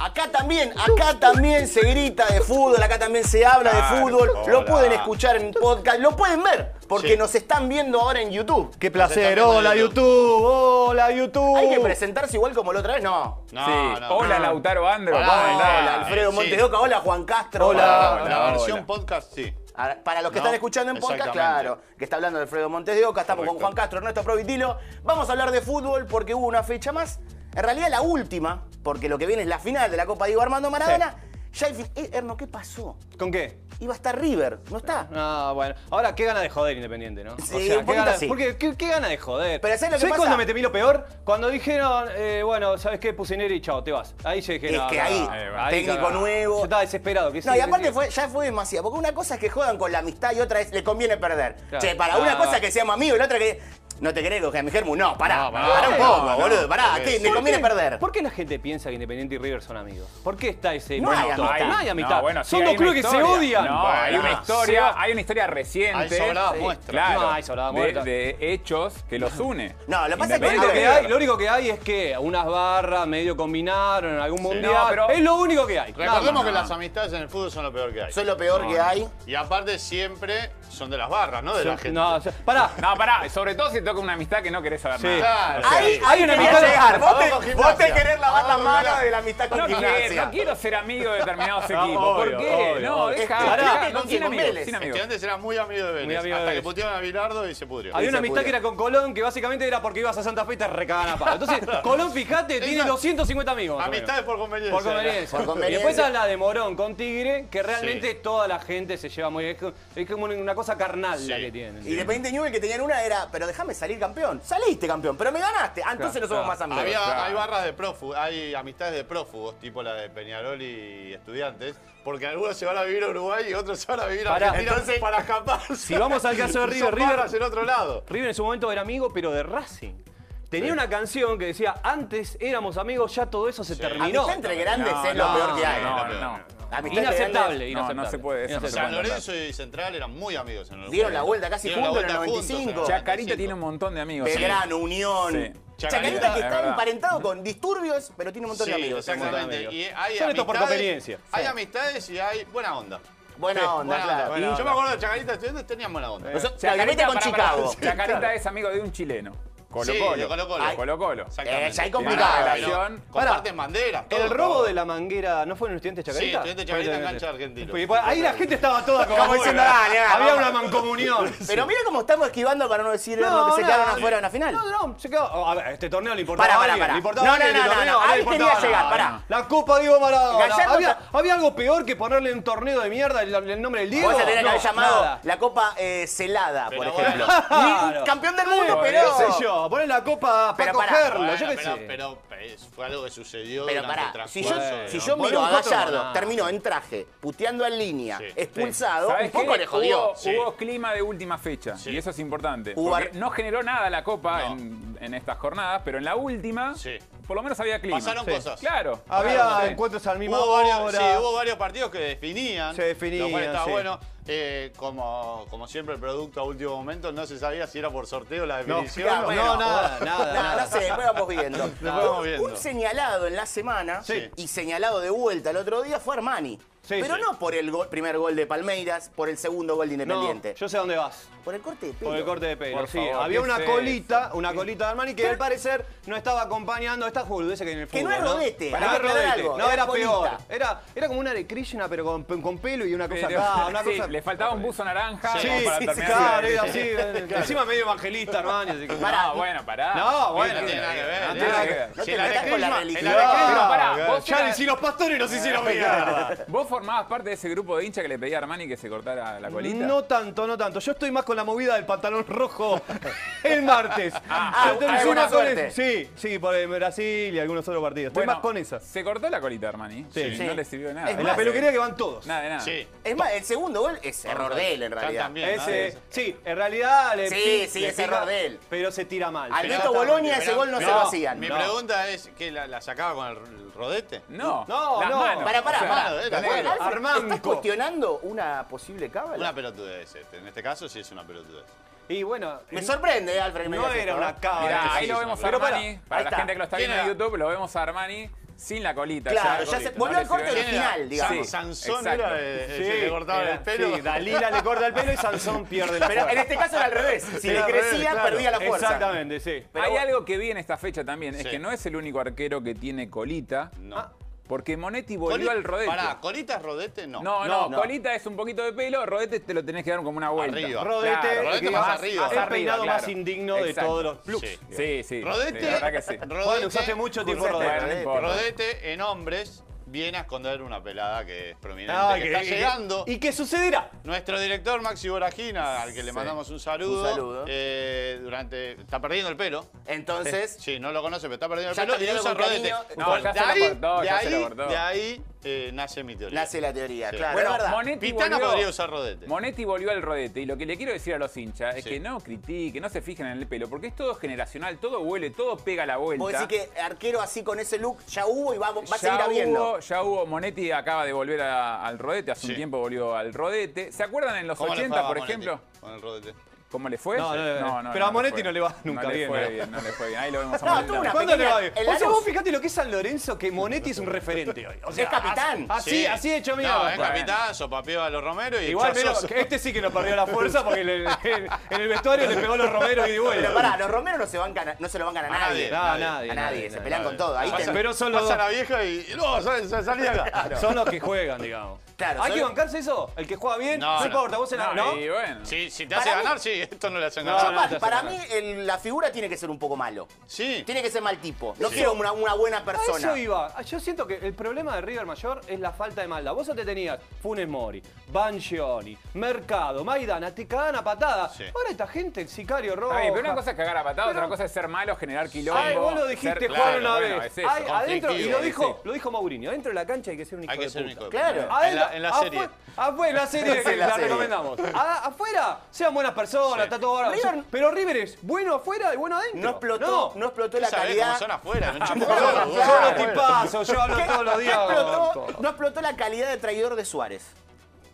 Acá también, acá también se grita de fútbol, acá también se habla de Claro, fútbol. Lo hola. pueden escuchar en podcast, lo pueden ver, porque Sí. nos están viendo ahora en YouTube. Qué Se placer. está Hola perdiendo. YouTube. Hola YouTube. Hay Uh. que presentarse igual como la otra vez, no. No, sí. no, Hola, no. Lautaro Andro. Hola. ¿cómo andás? Hola, Alfredo sí. Montes de Oca, hola Juan Castro. Hola. La Hola, versión hola. podcast, sí. A- Para los que No, están escuchando en podcast, exactamente. claro, que está hablando de Alfredo Montes de Oca, estamos con Correcto. Juan Castro, Ernesto Provitilo. Vamos a hablar de fútbol porque hubo una fecha más, en realidad la última, porque lo que viene es la final de la Copa Diego Armando Maradona. Ya hay fin- Eh, Erno, ¿qué pasó? ¿Con qué? Iba a estar River, ¿no está? Ah, bueno. Ahora, qué gana de joder Independiente, ¿no? Sí, un qué poquito gana- sí. Porque, ¿qué, qué gana de joder? Pero ¿sabés lo que pasa? cuándo me temí lo peor? Cuando dijeron, eh, bueno, ¿sabes qué? Pusineri, chao, te vas. Ahí se Es dijeron. que ahí, eh, técnico nuevo. Yo estaba desesperado. que No, sí, y que aparte sí. fue, ya fue demasiado, porque una cosa es que jodan con la amistad y otra es le conviene perder. Claro. Che, para Ah, una cosa va. que seamos amigos y la otra que. No te querés coger a mi germu, no, pará, No, pará un no, poco, no, boludo, no, pará, porque- ¿qué? me ¿Por conviene qué? perder. ¿Por qué la gente piensa que Independiente y River son amigos? ¿por qué está ese No hay momento? amistad. No hay amistad. No, bueno, sí, son hay dos una clubes que se historia. odian. No, Bueno, hay una se historia, va. hay una historia reciente. Hay sobradas muestras. Claro, No, hay sobradas de- muestras. De, hechos que los une. No, lo que pasa es que- Lo único Independiente que A de- hay- lo único que hay es que unas barras medio combinaron en algún mundial. No, pero- es lo único que hay. Nada Recordemos más. que las amistades en el fútbol son lo peor que hay. Eso es lo peor que hay. Y aparte siempre son de las barras, no de la gente. No, o sea, pará. No, pará, sobre todo si toca una amistad que no querés saber Sí. nada. Claro. Ahí, hay una querés amistad- llegar. Vos Vamos te, con vos te gimnasia. querés lavar las Vamos con manos gimnasia. de la amistad con No quiero, gimnasia. no quiero ser amigo de determinados No, equipos. obvio, ¿Por qué? obvio, no, obvio. deja, Es que- deja, pará, no, con sin Simón amigos, Vélez. sin amigos. Este antes era muy amigo de Vélez. Muy amigo de hasta Vélez. que pusieron a Bilardo y se pudrió. Había una se amistad pudrió. que era con Colón, que básicamente era porque ibas a Santa Fe y te recagaban a palo. Entonces, Colón, fíjate, tiene Esa- 250 amigos. más o menos. Amistades por conveniencia. Por conveniencia. Por conveniencia. Y después está la de Morón con Tigre, que realmente toda la gente se lleva muy bien. Es como una cosa carnal la Sí. que tienen. Y Independiente Newell que tenían una era, pero déjame salir campeón. Saliste campeón, pero me ganaste. Ah, entonces no somos claro. más amigos. Había, Claro. Hay barras de prófugos, hay amistades de prófugos, tipo la de Peñarol y estudiantes, porque algunos se van a vivir a Uruguay y otros se van a vivir a Pará, Argentina entonces, para escapar. si vamos al caso de River, Son River- barras en otro lado. River en su momento era amigo, pero de Racing. Tenía una canción que decía, antes éramos amigos, ya todo eso se terminó. Amistad Ah, entre grandes No, es lo no, peor que hay. No, Es lo no. peor. Amistad entre Inaceptable, grandes. inaceptable. No, no se puede, eso no se San puede. Lorenzo y Central eran muy amigos en el Dieron la momento. vuelta casi Dieron juntos en el vuelta juntos 95. Chacarita tiene un montón de amigos. sí. Belgrano, Unión. Sí. Chacarita, Chacarita, que es está verdad. emparentado con disturbios, pero tiene un montón Sí, de amigos. exactamente. amigos. Y hay Son estos por amistades- conveniencia. Hay Sí. amistades y hay buena onda. Buena Sí, onda, claro. buena Eh, Y- Yo me acuerdo de Chacarita estudiantes tenían buena onda. Nosotros- eh, Chacarita con pará, pará. Chicago. Chacarita es amigo de un chileno. Colo de Colo. Colo-Colo. De Colo-Colo. Exactamente. Eh, ya hay Tienen complicada una la relación, relación. Comparten banderas. todo. El robo de la manguera, ¿no fue en estudiante Sí, Chacarita? estudiante Chacarita en cancha Porque argentino. por ahí la gente estaba toda como, Como diciendo, "Ah, dale, dale, Había vamos. una mancomunión. Pero mira cómo estamos esquivando para no decir Erno, que se quedaron afuera en la final. No, no, se quedó. a ver, este torneo le importaba Pará, a pará, alguien, pará. le importaba No, a alguien, no, este no, torneo, no, a él le ahí quería importaba llegar, nada. pará. La Copa Diego Maradona. Gallardo había, está- había algo peor que ponerle un torneo de mierda el, el nombre del Diego? Vos se tenías que haber No, llamado nada. la Copa eh, Celada, por Pero ejemplo. bueno. Ni- Campeón del Eh, mundo, pero. qué sé yo, poner la copa para Pero pará. cogerlo, Bueno, yo qué pero, sé. pero, pero fue algo que sucedió Pero durante el pará, si yo, transcurso de- si yo Por miro un a cuatro, Gallardo, no. terminó en traje, puteando en línea, Sí. expulsado, un ¿Sabes poco qué? le jodió. Hubo, Sí. hubo clima de última fecha Sí. y eso es importante. Hubo Porque ar- no generó nada la Copa No. en, en estas jornadas, pero en la última, Sí. por lo menos había clima. Pasaron Sí. cosas. Claro. Había Claro, sí. encuentros al mismo Hubo hora. varios, sí, hubo varios partidos que definían. Se definían, Lo cual estaba sí. bueno. Eh, como, como siempre, el producto a último momento no se sabía si era por sorteo la definición. claro, bueno. No, nada, No, nada, no nada. sé, después vamos viendo. vamos Un- viendo. Un señalado en la semana Sí. y señalado de vuelta el otro día fue Armani. Sí, pero sí. no por el gol- primer gol de Palmeiras, por el segundo gol de No, Independiente. yo sé a dónde vas. Por el corte de pelo. Por el corte de pelo, Por sí. favor, Había ¿qué una es colita, eso? una colita de Armani que al parecer no estaba acompañando esta boludez que en el Que fútbol. no es rodete, No hay que es aclarar rodete, algo, no, era era peor. colita. Era, era como una de Krishna, pero con, con pelo y una cosa Pero- acá, una sí, cosa... le faltaba un buzo naranja Sí, como para sí, terminar claro, de- era así. eh, Encima medio evangelista, Armani, así que... No, bueno, pará. No, bueno. No tiene nada que ver, No eh. tiene nada que ver. No Si te la metas de con la Crisma- religión. en la de Crisma- Pero pará, Ah, vos ya eras- ni si los pastores nos hicieron mierda. ¿Vos formabas parte de ese grupo de hinchas que le pedía a Armani que se cortara la colita? No tanto, no tanto. Yo estoy más con la movida del pantalón rojo el martes. Ah, Yo estoy- ah, soy buena más con suerte. eso. Sí, sí, por el Brasil y algunos otros partidos. Estoy Bueno, más con esa. Se cortó la colita, Armani. Sí. Y Sí. No le sirvió de nada. Es En más, la peluquería que van todos. eh, Nada, de nada. Sí. Es más, el segundo gol es error de él en Chan realidad. también, ¿no? Ese, sí, en realidad le Sí, pi- sí, le es error de él. Pero se tira mal. Al Pero- Beto Bolonia ese gol no, se lo hacían. Mi No. pregunta es: ¿que la, la sacaba con el rodete? No, No, las no. manos. Pará, pará, O sea, pará. claro, era Alfred, eh, bueno. ¿Estás Armanco. cuestionando una posible cábala? Una pelotudez. este. En este caso sí es una pelotudez. Y bueno, Me sorprende, eh, Alfred. que me no digas era esto, una ¿eh? cábala. Mirá, sí, ahí lo sí, vemos a pero Armani. ahí Para la está. gente que lo está ¿Quién viendo en era? YouTube, lo vemos a Armani sin la colita. Claro, ya se Correcto. volvió No al le sirve corte nada. ¿Quién era? original, digamos. Sí. Sansón exacto. era el, el que le cortaba era- el pelo. sí, Dalila le corta el pelo y Sansón pierde el Pero en este caso era al revés. Si Era le al revés, crecía, claro. perdía la fuerza. Exactamente, sí. Hay algo que vi en esta fecha también, es Sí. que no es el único arquero que tiene colita, Ah. No. porque Monetti volvió Coli- al rodete. Pará, ¿colitas rodete? No. No, No, no, no. colita es un poquito de pelo, rodete te lo tenés que dar como una vuelta. Arriba. Rodete, Claro, Rodete que más más- arriba. es el Arriba, peinado claro. más indigno de Exacto. todos los plugs. Sí. Sí, sí. Rodete. sí, La verdad que sí. Rodete. Bueno, usaste mucho tiempo Cruzaste. rodete. Bueno, no importa. Rodete en hombres viene a esconder una pelada que es prominente, Ay, que, Ah, que- está que- llegando. ¿Y qué sucederá? Nuestro director Maxi Boragina, al que le Sí. mandamos un saludo, Un saludo. eh, durante está perdiendo el pelo. Entonces, Sí, no lo conoce, pero está perdiendo el Ya pelo está y usa mirando con rodete. cariño. No, Bueno, ya de se lo ahí, cortó, de ya se ahí- lo cortó. de ahí, eh, nace mi teoría. nace la teoría, Sí. claro. Bueno, es verdad. Monetti Pitana volvió- podría usar Este. rodete. Monetti volvió al rodete y lo que le quiero decir a los hinchas es Sí. que no critiquen, no se fijen en el pelo, porque es todo generacional, todo huele, todo pega la vuelta. Puedo decir que arquero así con ese look ya hubo y va, va a Ya seguir habiendo. hubo- ya hubo, Monetti acaba de volver a- al rodete, hace Sí. un tiempo volvió al rodete. ¿Se acuerdan en los ¿Cómo le 80, fue a por Monetti ejemplo? Con el rodete. ¿Cómo le fue? No, no, no, pero a Monetti fue. no le va nunca no bien, ¿eh? Le fue ¿no? bien, no le fue bien. Ahí lo vemos a No, Monetti. tuvo una ¿Cuándo le va bien? pequeña- el O sea, Lanús- vos fijate lo que es San Lorenzo, que Monetti es un referente hoy. O sea, Es capitán. Así, Sí. así hecho mío. No, es bueno. capitán, sopapió a los Romero y Igual, echó a menos Soso. que este sí que nos perdió la fuerza porque le- en, en el vestuario le pegó los romeros y de Pero vuelta. pará, los romeros no se, bancan a- no se lo bancan a, A nadie. nadie, No, nadie. a nadie, se pelean con todo. Ahí Pasa- ten- Pero son los Pasa dos. la vieja y. No, sal- sal- salí de acá. Son los que juegan, digamos. Claro, ¿Hay son- que bancarse eso? El que juega bien, No, no, no. importa, vos en la. ¿No? Y bueno. Sí, si te Para hace mí- ganar, sí, esto no le hacen Yo, ganar. pa- te para hace mí el- la figura tiene que ser un poco malo. Sí. Tiene que ser mal tipo. No Sí. quiero una, una buena A persona. eso iba. Yo siento que el problema de River Mayor es la falta de maldad. Vos te tenías Funes Mori, Banchioni, Mercado, Maidana, te cagaban a patada. Sí. Ahora esta gente, el sicario rojo. Ay, pero una cosa es cagar a patadas, Pero- otra cosa es ser malo, generar quilombo. Ay, vos lo dijiste, ser- Juan, Claro, una bueno, vez. es eso. Ay, adentro, y lo Conflictivo, dijo, sí. lo dijo Maurinho, adentro de la cancha hay que ser un hijo Hay que de ser un puta. hijo de puta. Claro. En Adentro- la, en la afu- serie. Afuera, la serie que En la la, serie. recomendamos. A- afuera, sean buenas personas, Sí. está todo bárbaro. River- Pero River es bueno afuera y bueno adentro. No explotó, no, explotó la ¿Sabés cómo calidad. son afuera? No chupo Claro, huevo, claro. son los Yo tipos- tipazo, yo hablo todos los ¿Qué días. explotó? no explotó la calidad de traidor de Suárez.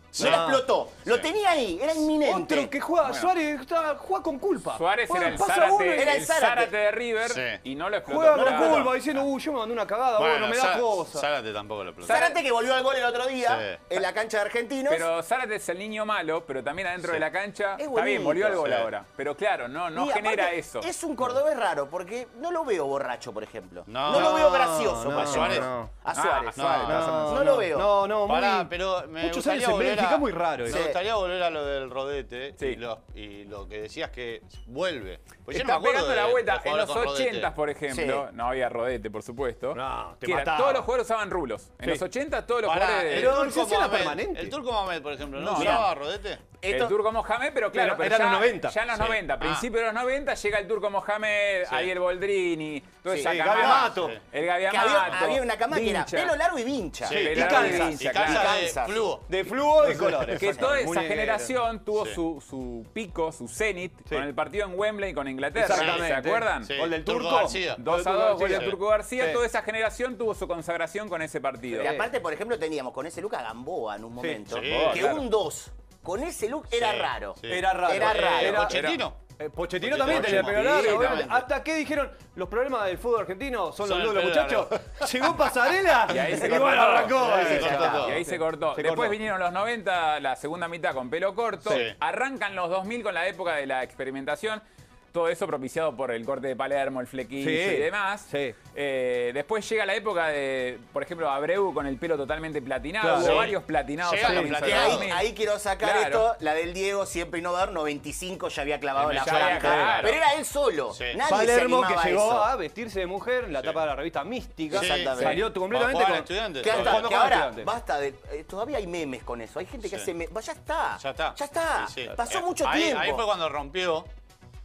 No Sí. la explotó. Lo Sí. tenía ahí, era inminente. Otro que juega, Suárez está- juega con culpa. Suárez Bueno, era el pasa uno y Zárate, Era el el Zárate. Zárate de River Sí. y no lo explotó. Juega No, con no, culpa no. diciendo, uy, yo me mandé una cagada, bueno, me da Zá- cosa. Zárate tampoco lo explotó. Zárate que volvió al gol el otro día Sí. en la cancha de Argentinos. Pero Zárate es el niño malo, pero también adentro Sí. de la cancha. Es Está bonito. bien, volvió al gol Sí. ahora. Pero claro, no, no Y aparte, genera eso. Es Pues un cordobés raro, porque no lo veo borracho, por ejemplo. No, No. lo veo gracioso. No, por ¿A Suárez? ejemplo. no. A Suárez. no, Suárez, no, no, lo veo. No, no, muy, Pará, pero me muchos gustaría años en volver Bélgica, a- muy raro. Me eso. Sí. gustaría volver a lo del rodete Sí. y, lo, y lo que decías que vuelve. Pues yo no me Está acuerdo pegando de- la de vuelta. En jugadores los con rodete. 80, por ejemplo, Sí. no había rodete, por supuesto. No, te que era- mataba. todos los jugadores usaban rulos. En Sí. los 80 todos los Pará, jugadores... el, Pero turco se hacía la Mohamed- permanente. el turco Mohamed, por ejemplo, ¿no, No, usaba rodete? Esto- El turco Mohamed, pero claro, Pero pero, eran ya, los 90. ya en los Sí. 90, Ah. principio de los 90, llega el turco Mohamed, Sí. Ariel Boldrini, todo Sí, esa el camada. Gaviamato. El que Gaviamato. había, había una cama que era Vincha. pelo largo y vincha. Sí, Pelo y largo calza, vincha, Y Vincha, claro. calza de Calza. fluo. De flujo y colores. Que toda esa Muñequero. generación tuvo Sí. su, su pico, su cenit, Sí. con el partido en Wembley con Inglaterra. Exactamente. ¿Se acuerdan? Sí. Gol del Turco turco. García. Dos a Gol del dos, gol de García. Turco García. Sí. Toda esa generación tuvo su consagración con ese partido. Y aparte, por ejemplo, teníamos con ese look a Gamboa en un momento. Sí, que claro. un 2 con ese look era Sí, raro. sí. Era raro. Era raro. Eh, Era- Pochettino. Eh, Pochettino también tenía Pochettino. pelo largo. Pochettino. obviamente. Hasta que dijeron, los problemas del fútbol argentino son los Son el nulos, pelo muchachos. Llegó Pasarela Y ahí se cortó bueno, todo. arrancó. Ahí se eh. cortó Ya está. todo. Y ahí se cortó. Se Después cortó. vinieron los 90, la segunda mitad con pelo corto. Sí. Arrancan los 2000 con la época de la experimentación. Todo eso propiciado por el corte de Palermo, el flequillo Sí. y demás. Sí. Eh, después llega la época de, por ejemplo, Abreu con el pelo totalmente platinado. Claro. Hubo Sí. varios platinados. Llegan los en Que platinados. Salvador. ahí, ahí quiero sacar Claro. esto, la del Diego siempre innovador, 95 ya había clavado Ya la había franja. clavado. Pero era él solo. Sí. Nadie se Palermo animaba que a llegó eso. a vestirse de mujer en la Sí. tapa de la revista Mística. Sí, Exactamente. Salió Para completamente jugar a con... estudiantes. Que, hasta- Cuando que juegan ahora estudiantes. basta de. eh, todavía hay memes con eso. Hay gente que Sí. hace memes. Ya está. Ya está. Ya está. Sí, sí. Pasó Eh, mucho ahí- tiempo. Ahí fue cuando rompió.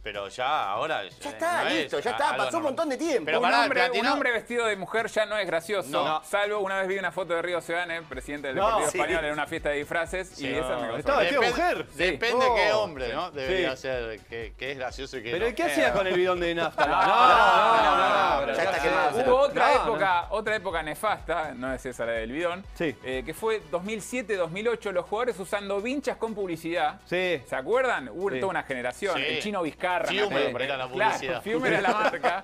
Pero ya, ahora. eh, Ya está, listo, ya está, pasó un montón de tiempo. Pero un, pará, el hombre, un platinado- hombre vestido de mujer ya no es gracioso. No. Salvo una vez vi una foto de Río Ciudadane, presidente del No. Deportivo Sí. Español, en una fiesta de disfraces. Sí. Y esa me No, causó estaba gracia. vestido de mujer. Depende Sí. qué Oh. hombre, ¿no? Debería Sí. ser que, que es gracioso y que Pero no. ¿y qué Eh, hacía con el bidón de nafta? No, no, no, no, pero ya está sé. quemado. Hubo otra No, no. época, otra época nefasta, no es esa la del bidón, Sí. eh, que fue 2007-2008, los jugadores usando vinchas con publicidad. Sí. ¿Se acuerdan? Hubo Sí. toda una generación. Sí. El chino Vizcarra, Pizarra. me Fiume, acuerdo. era la Claro, publicidad. Fiume era la marca.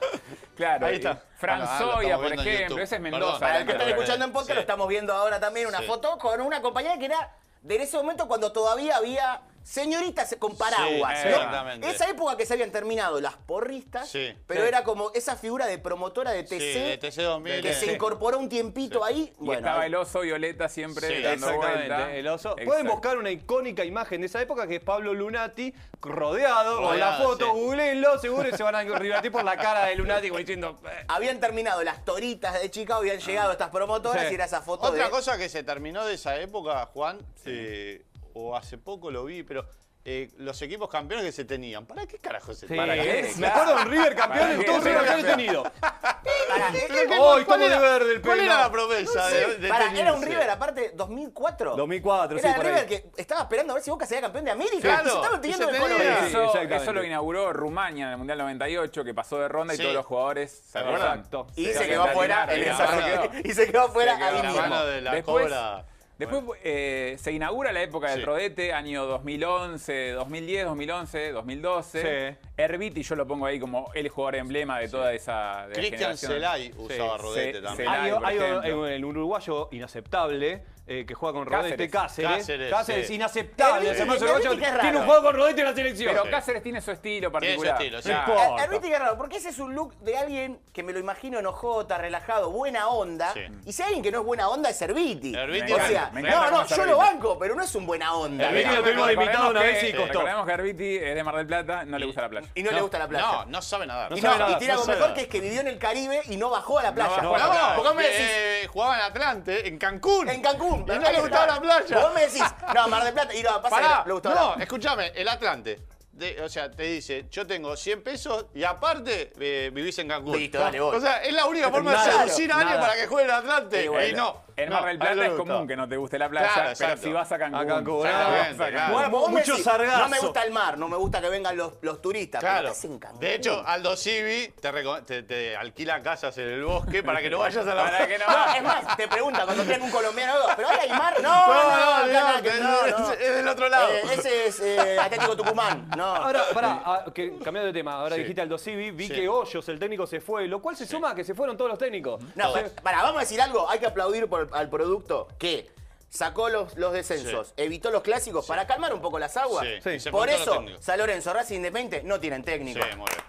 Claro. Ahí está. eh, Franzoya, Ah, lo estamos viendo por en ejemplo. YouTube. Ese es Perdón. Para Mendoza. Para el que están Dale, dale, escuchando en podcast, sí. lo estamos viendo ahora también, una Sí. foto con una compañera que era de ese momento cuando todavía había señoritas con paraguas. Sí, ¿no? exactamente. Esa época que se habían terminado las porristas, Sí. pero Sí. era como esa figura de promotora de TC, Sí, de TC 2000, que eh. se incorporó un tiempito Sí. ahí. Y Bueno, estaba el oso Violeta siempre Sí, dando vuelta. Exactamente, el oso. Exacto. Pueden buscar una icónica imagen de esa época que es Pablo Lunati rodeado con la Rodeado, foto, sí. googleenlo, seguro se van a divertir por la cara de Lunati como diciendo. "Eh". habían terminado las toritas de Chicago, habían llegado estas promotoras Sí. y era esa foto Ah. Otra de... cosa que se terminó de esa época, Juan, eh, o hace poco lo vi, pero eh, los equipos campeones que se tenían. ¿Para qué carajo se Sí, ¿Para Eh, qué? qué? Me Claro. acuerdo en ¿Para River campeón, qué? todos River River campeones tenido. Pará, Creo que- Hoy, ¿cuál ¿cómo era- le va a dar del ¿Cuál pelo? era la promesa? de- de pará, tenerse? era un River aparte 2004. 2004, sí, era el por ahí. River que estaba esperando a ver si Boca sería campeón de América. Claro, y se estaban y teniendo se de color. tenía. Sí, Eso, exactamente. eso lo inauguró Rumania en el Mundial 98, que pasó de ronda Sí. y todos los jugadores se acuerdan? acuerdan. Exacto. Y Sí, se sí, quedó sí, afuera sí, en sí, esa sí, porque- sí. y se quedó afuera Se quedó ahí la mismo. mano de la después, cobra. Después eh, se inaugura la época del Sí. rodete, año 2011, 2010, 2011, 2012. Sí. Herbiti yo lo pongo ahí como el jugador emblema de toda esa de la Cristian generación. Celay usaba Sí, rodete Ce- también. Celay, Hay, por hay ejemplo. un, un uruguayo inaceptable eh, que juega con Rodete, Cáceres. Cáceres. Cáceres, sí. inaceptable. Pero ese hermoso viste- uruguayo viste que es tiene un raro. juego con Rodete en la selección. Pero Sí. Cáceres tiene su Tiene estilo su particular. estilo, sí. Claá. No importa. Eh, Viste que es raro, porque ese es un look de alguien que me lo imagino enojota, relajado, buena onda. Sí. Y si hay alguien que no es buena onda es Serviti. Serviti, o me sea, encanta, me no, encanta no, cómo es yo lo Serviti. banco, pero no es un buena onda. Serviti digamos. lo tuvimos de invitado una Recordemos vez y que- costó. Recordemos que Herbiti es de Mar del Plata, no le gusta la playa. Y no, le gusta la playa. No, no sabe nadar. y, sabe nada, y tira no lo sabe mejor nada. que es que vivió en el Caribe y no bajó a la playa. bajó No, a la No, playa. ¿por qué me decís? eh, jugaba en Atlante, en Cancún. En Cancún. Y no ahí le gustaba está. la playa. Vos me decís, no, Mar del Plata. Y no, pasa Pará, que le gustaba. no, escúchame, el Atlante. de- o sea, te dice, yo tengo 100 pesos y aparte eh, vivís en Cancún. Listo, dale, voy. O sea, es la única forma de Nada, seducir a alguien nada. para que juegue en Atlante. Y bueno, y no. En no, Mar del a él no Plata le es gustaba. común que no te guste la playa, Claro, pero exacto. si vas a Cancún. A Cancún, ya ah, vas a Cancún. claro. Vos me Mucho decís, sargazo. No me gusta el mar, no me gusta que vengan los, los turistas. pero Claro. estás en Cancún. De hecho, Aldo Civi te, reco- te- te alquila casas en el bosque para que no vayas a la Para que no No, es más, te pregunta cuando tienen un colombiano o dos, pero ahí hay mar. No, no, no, acá nada que- olvidate, no, es- no. Es, del otro lado. Eh, ese es eh, Atlético Tucumán. No. Ahora, pará, ah, que, cambiando de tema, ahora Sí. dijiste Aldo Civi, vi Sí. que Hoyos, el técnico, se fue, lo cual se suma a que se fueron todos los técnicos. No, Sí. pa- pará, vamos a decir algo. Hay que aplaudir por- al producto que sacó los, los descensos, Sí. evitó los clásicos para calmar un poco las aguas. Sí, Sí. y se Por juntó los eso, técnicos. San Lorenzo, Racing Independiente no tienen Sí, técnico. muy bien.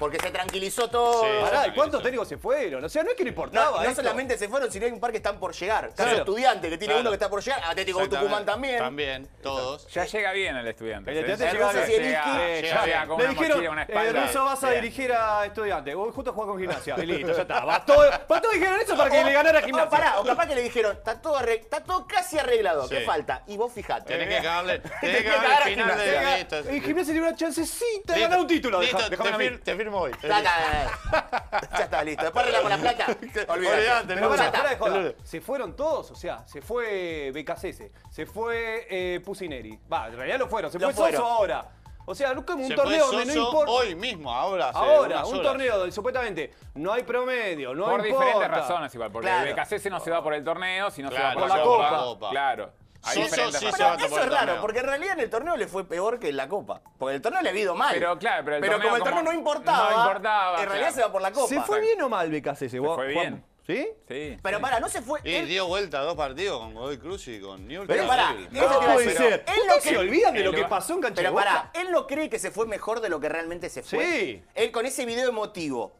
porque se tranquilizó todo. Sí. Pará, ¿y cuántos técnicos se fueron? O sea, no es que no importaba. No, no esto. solamente se fueron, sino hay un par que están por llegar. Caso Claro. estudiante que tiene Claro. uno que está por llegar, Atlético Tucumán también. También, todos. Ya llega bien el estudiante. El estudiante ¿eh? llega Russo bien. Llega, Llega llega bien. con Le una dijeron, mochila, una eh, espalda. Russo, vas a Bien. dirigir a estudiantes. Vos justo jugás con gimnasia. Y listo, ya está. Bastó, bastó dijeron eso para que le ganara Oh, a O, gimnasia. pará, o capaz que le dijeron, está todo, arre- está todo casi arreglado, Sí. ¿qué falta? Y vos fijate. Tenés que cagarle. Tenés Tenés que que cagarle cagar a el final de la gimnasia. lista. Y gimnasia tiene una chancecita de Listo, ganar un título. listo, Dejá- te, Dejámelo a mí. fir- te firmo hoy. Ya está, ya está, listo. Después arreglamos la placa. Olvidate, Olvidate. Pero Ya no, pará, está. fuera de joda, Saludos. se fueron todos, o sea, se fue Becasese, se fue eh, Pusineri. Va, en realidad lo fueron, se Lo fue fueron. Soso ahora. O sea, nunca un Se torneo fue donde no Soso importa. Hoy mismo, ahora. hace ahora, unas un horas. torneo donde supuestamente no hay promedio, no Por importa. diferentes razones igual, porque Claro. el BKC no se va por el torneo, sino Claro, se va por la la Copa. copa. Claro. Hay Soso diferentes sí razones. se va Pero eso por el es raro, torneo. porque en realidad en el torneo le fue peor que en la Copa. Porque el torneo le ha ido mal. Pero claro, pero el torneo como el como- torneo no importaba, no importaba, en realidad claro. se va por la Copa. ¿Se fue bien o mal Becasese? Se fue bien. ¿Sí? Sí. Pero pará, no se fue... Y él- dio vuelta a dos partidos con Godoy Cruz y con Newell. Pero pará, Terrible. eso te iba a puede decir. ser. Él Ustedes lo que- se olvidan de él lo lo que va- pasó en Cancha de Pero Boca. pará, él no cree que se fue mejor de lo que realmente se fue. Sí. Él con ese video emotivo.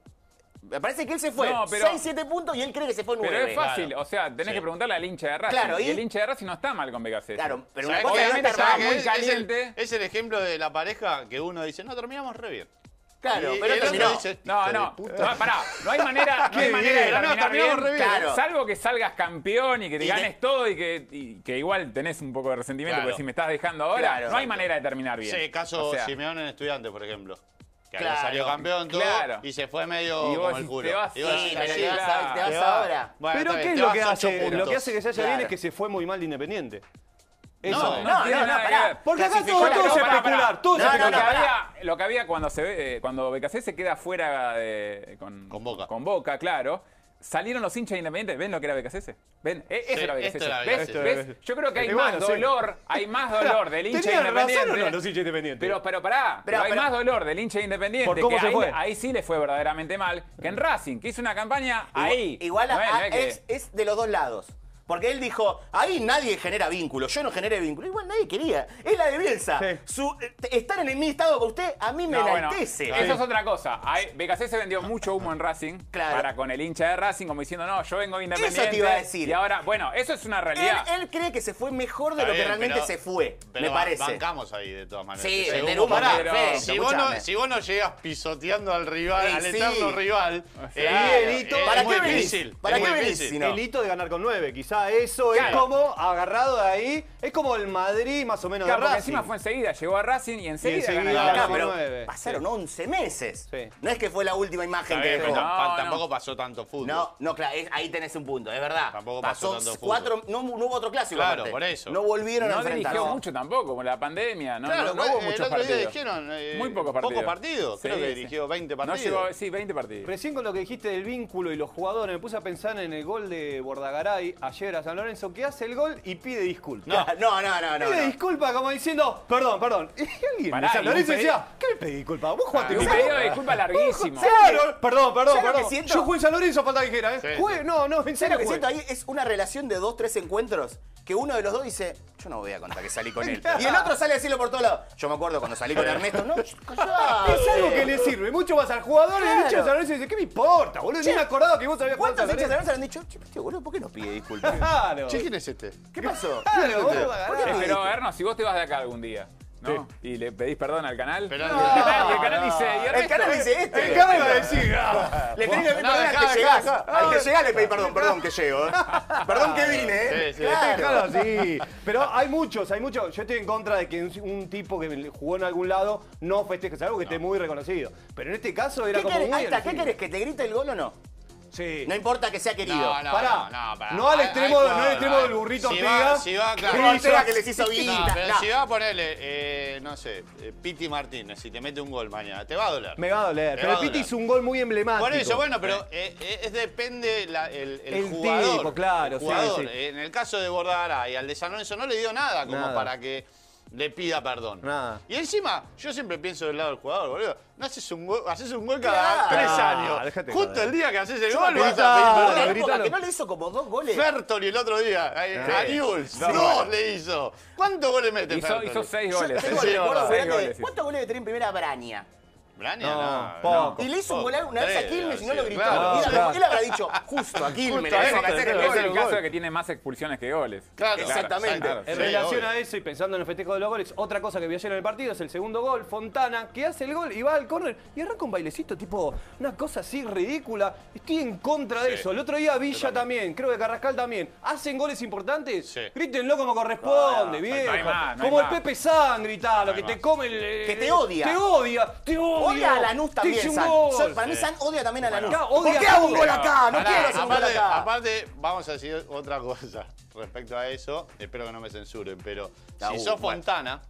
Me parece que él se fue No, pero- 6, 7 puntos y él cree que se fue 9. Pero es fácil, claro. o sea, tenés Sí. que preguntarle al hincha de Racing. Claro, y... y- el hincha de Racing no está mal con BKC. Claro, pero una ¿Sabés cosa qué? es no Obviamente estar estaba mal. ¿Sabés muy qué? Es el- caliente. Es el ejemplo de la pareja que uno dice, no, terminamos re bien. Claro, Y pero el otro terminó. dice, No, "Hijo no, de puta". no, pará, no hay manera, no hay Qué manera bien, de no, terminar terminamos bien, re bien. Claro. salvo que salgas campeón y que te Y ganes de- todo y que, y que igual tenés un poco de resentimiento Claro. porque si me estás dejando ahora, Claro. no hay manera de terminar bien. Sí, caso O sea, Simeón en Estudiantes, por ejemplo. Que había Claro. salió campeón todo Claro. y se fue medio Y vos como el decís, culo. te vas, Y vos Sí, decís, pero "Sí, te vas, a- te te vas vas". ahora. Bueno, Pero está ¿qué bien, es te lo vas que ocho hace? Lo puntos. que hace que se haya bien Claro. es que se fue muy mal de Independiente. No, Eso. no, No, No, tiene no, nada no, que pará. ver. Porque acá Claesficó todo, la todo Copa. se pará, especular, pará. todo se No, no, lo, que no, especular. había, lo que había cuando se ve, eh, cuando BKC se queda fuera de- con, Con Boca. con Boca, claro. Salieron los hinchas independientes, ¿ven lo que era BKCS? ¿Ven? E- Sí, eso era esto BKCS. era ¿Ves? BKCS. ¿Ves? Yo creo que hay Y más bueno, sí. dolor, hay más dolor del hincha ¿Tenían razón independiente. o no los hinchas independientes? Pero, pero pará, pero Pero, hay pero- más dolor del hincha independiente. ¿Por cómo que se ahí, fue? ahí sí le fue verdaderamente mal. Que en Racing, que hizo una campaña ahí. Igual a- No es- no a- es que- es, es de los dos lados. Porque él dijo, ahí nadie genera vínculos, yo no generé vínculos. Igual nadie quería. Es la de Bielsa. Sí. Su- eh, estar en el mi estado con usted a mí me No, bueno, enaltece. eso es otra cosa. Ahí, BKC se vendió mucho humo en Racing Claro. para con el hincha de Racing, como diciendo, no, yo vengo independiente. Eso te iba a decir. Y ahora, bueno, eso es una él, realidad. él cree que se fue mejor de Está lo que bien, realmente pero- se fue, pero me ba- parece. Bancamos ahí de todas maneras. Sí, Ese vender humo humo, pará. Fede, si, vos no, escuchame. si vos no llegas pisoteando al rival, Y al sí. eterno rival, Claro. eh, Hito, es ¿Para muy qué venís? difícil, ¿Para es qué muy venís difícil. si no? El hito de ganar con 9, quizá eso es Claro. como agarrado de ahí, es como el Madrid más o menos Claro, de porque Racing. encima fue enseguida, llegó a Racing y enseguida, enseguida ganó. Acá, ganó. pero nueve. pasaron 11 meses. Sí. No es que fue la última imagen Está que bien, dejó. pero No, tamp- no. tampoco pasó tanto fútbol. No, no, claro, es- ahí tenés un punto, es verdad. Tampoco pasó pasó tanto fútbol. cuatro, no, no hubo otro clásico. Claro, aparte. por eso. No volvieron a No enfrentarse. dirigió mucho tampoco con la pandemia, no, Claro, no, no hubo eh, el muchos otro día partidos. dijeron, eh, Muy pocos pocos partidos. partidos, creo que dirigió 20 partidos. No llegó, sí, 20 partidos. Recién con lo que dijiste del vínculo y los jugadores, me puse a pensar en el gol de Bordagaray ayer a San Lorenzo, que hace el gol y pide disculpas. No, no, no, no. no, Pide disculpas como diciendo, perdón, perdón. Y alguien Pará, de San y Lorenzo un pedi- decía, ¿qué me pedí disculpas? Vos Ah, jugaste Y un con- pedido de disculpa larguísimo. Claro, perdón, perdón, ¿Sabes lo que perdón. siento? Yo jugué en San Lorenzo, falta que dijera, ¿eh? Sí, Jugué- sí. no, no, en ¿Sabes serio lo que jugué. siento ahí? Es una relación de dos, tres encuentros que uno de los dos dice, yo no voy a contar que salí con él. Y el otro sale a decirlo por todos lados. Yo me acuerdo cuando salí con Ernesto, no, callate. Es algo que le sirve mucho más al jugador y el Claro. hincha de San Lorenzo dice, ¿qué me importa, boludo? Ni Che, me acordaba que vos habías jugado en ¿Cuántos San hinchas de Lorenzo. Lanza le han dicho, che, este boludo, ¿por qué nos pide disculpas? Claro. Che, ¿quién es este? ¿Qué pasó? Claro, Bordagaray. Eh, Pero, Erno, si vos te vas de acá algún día, ¿no? Y le pedís perdón al canal. Pero- y el canal dice, y El Ernesto, canal dice este. El cara iba a decir, ah, Le tenés que pedir No, perdón dejá, al dejá, que llegás. dejá. Al que llegás le pedí perdón, perdón que llego. ¿eh? Perdón que vine, ¿eh? Sí, sí. Claro. Claro, sí. Pero hay muchos, hay muchos. Yo estoy en contra de que un, un tipo que jugó en algún lado no festeje, es algo que esté muy reconocido. Pero en este caso era ¿Qué como querés? muy Ahí está, ¿qué elegido. querés? ¿Que te grite el gol o no? Sí. No importa que sea querido. No, no, Pará. no, no, pará. No al Hay- extremo- hay no al jugadores, extremo hay- del burrito si Ortega. Va, si va, Que claro. no sea que les hizo No, guita. pero no. si va a ponerle, eh, no sé, eh, Piti Martínez, si te mete un gol mañana, te va a doler. Me va a doler. Te va Pero a Piti doler. hizo un gol muy emblemático. Por eso, bueno, pero eh, eh, es depende la- el, el El jugador. tipo, claro, el sí, jugador. eh, sí. En el caso de Bordaray, al de San Lorenzo no le dio nada como Nada. para que le pida perdón. Nada. Y encima, yo siempre pienso del lado del jugador, boludo. No haces un gol, haces un gol Claro. cada tres Ah, años. déjate Justo joder. el día que haces el Yo gol, me vas gritaba, a pedir La perdón. me época gritalo. que no le hizo como dos goles. Fertoli el otro día, eh, a Sí. Newell's, No, dos bueno. le hizo. ¿Cuántos goles mete hizo, Fertoli? hizo seis Yo goles. tengo Sí, el recuerdo, verdad. mirá Seis que- goles, sí. ¿Cuántos goles le tiré en primera a Braña? Braña, No, no, poco. Y le hizo un gol una vez a Tres, Quilmes y no lo sí, gritó. claro, Mira, claro. Él habrá dicho, justo a Quilmes, Justo a le tengo eso, que hacer claro. el Es el gol. caso de que tiene más expulsiones que goles. Claro, Exactamente. claro, En sí, relación obvio. a eso y pensando en el festejo de los goles, otra cosa que vi ayer en el partido es el segundo gol, Fontana, que hace el gol y va al córner y arranca un bailecito tipo una cosa así ridícula. Estoy en contra de Sí. eso. El otro día Villa también, creo que Carrascal también. ¿Hacen goles importantes? Sí. Grítenlo como corresponde, No, no, no hay viejo. más, no hay como el más. Pepe San, gritalo, No hay que te más. come el... eh, Que te odia. Te odia, te odia. Odia a Lanús Te hice también, un San. gol. Yo- Para mí San odia también a Lanús. Acá odia ¿Por qué a hago un Lanús. gol acá? No Pará, quiero hacer un gol aparte, acá. aparte, vamos a decir otra cosa respecto a eso. Espero que no me censuren, pero Ah, si uh, sos bueno. Fontana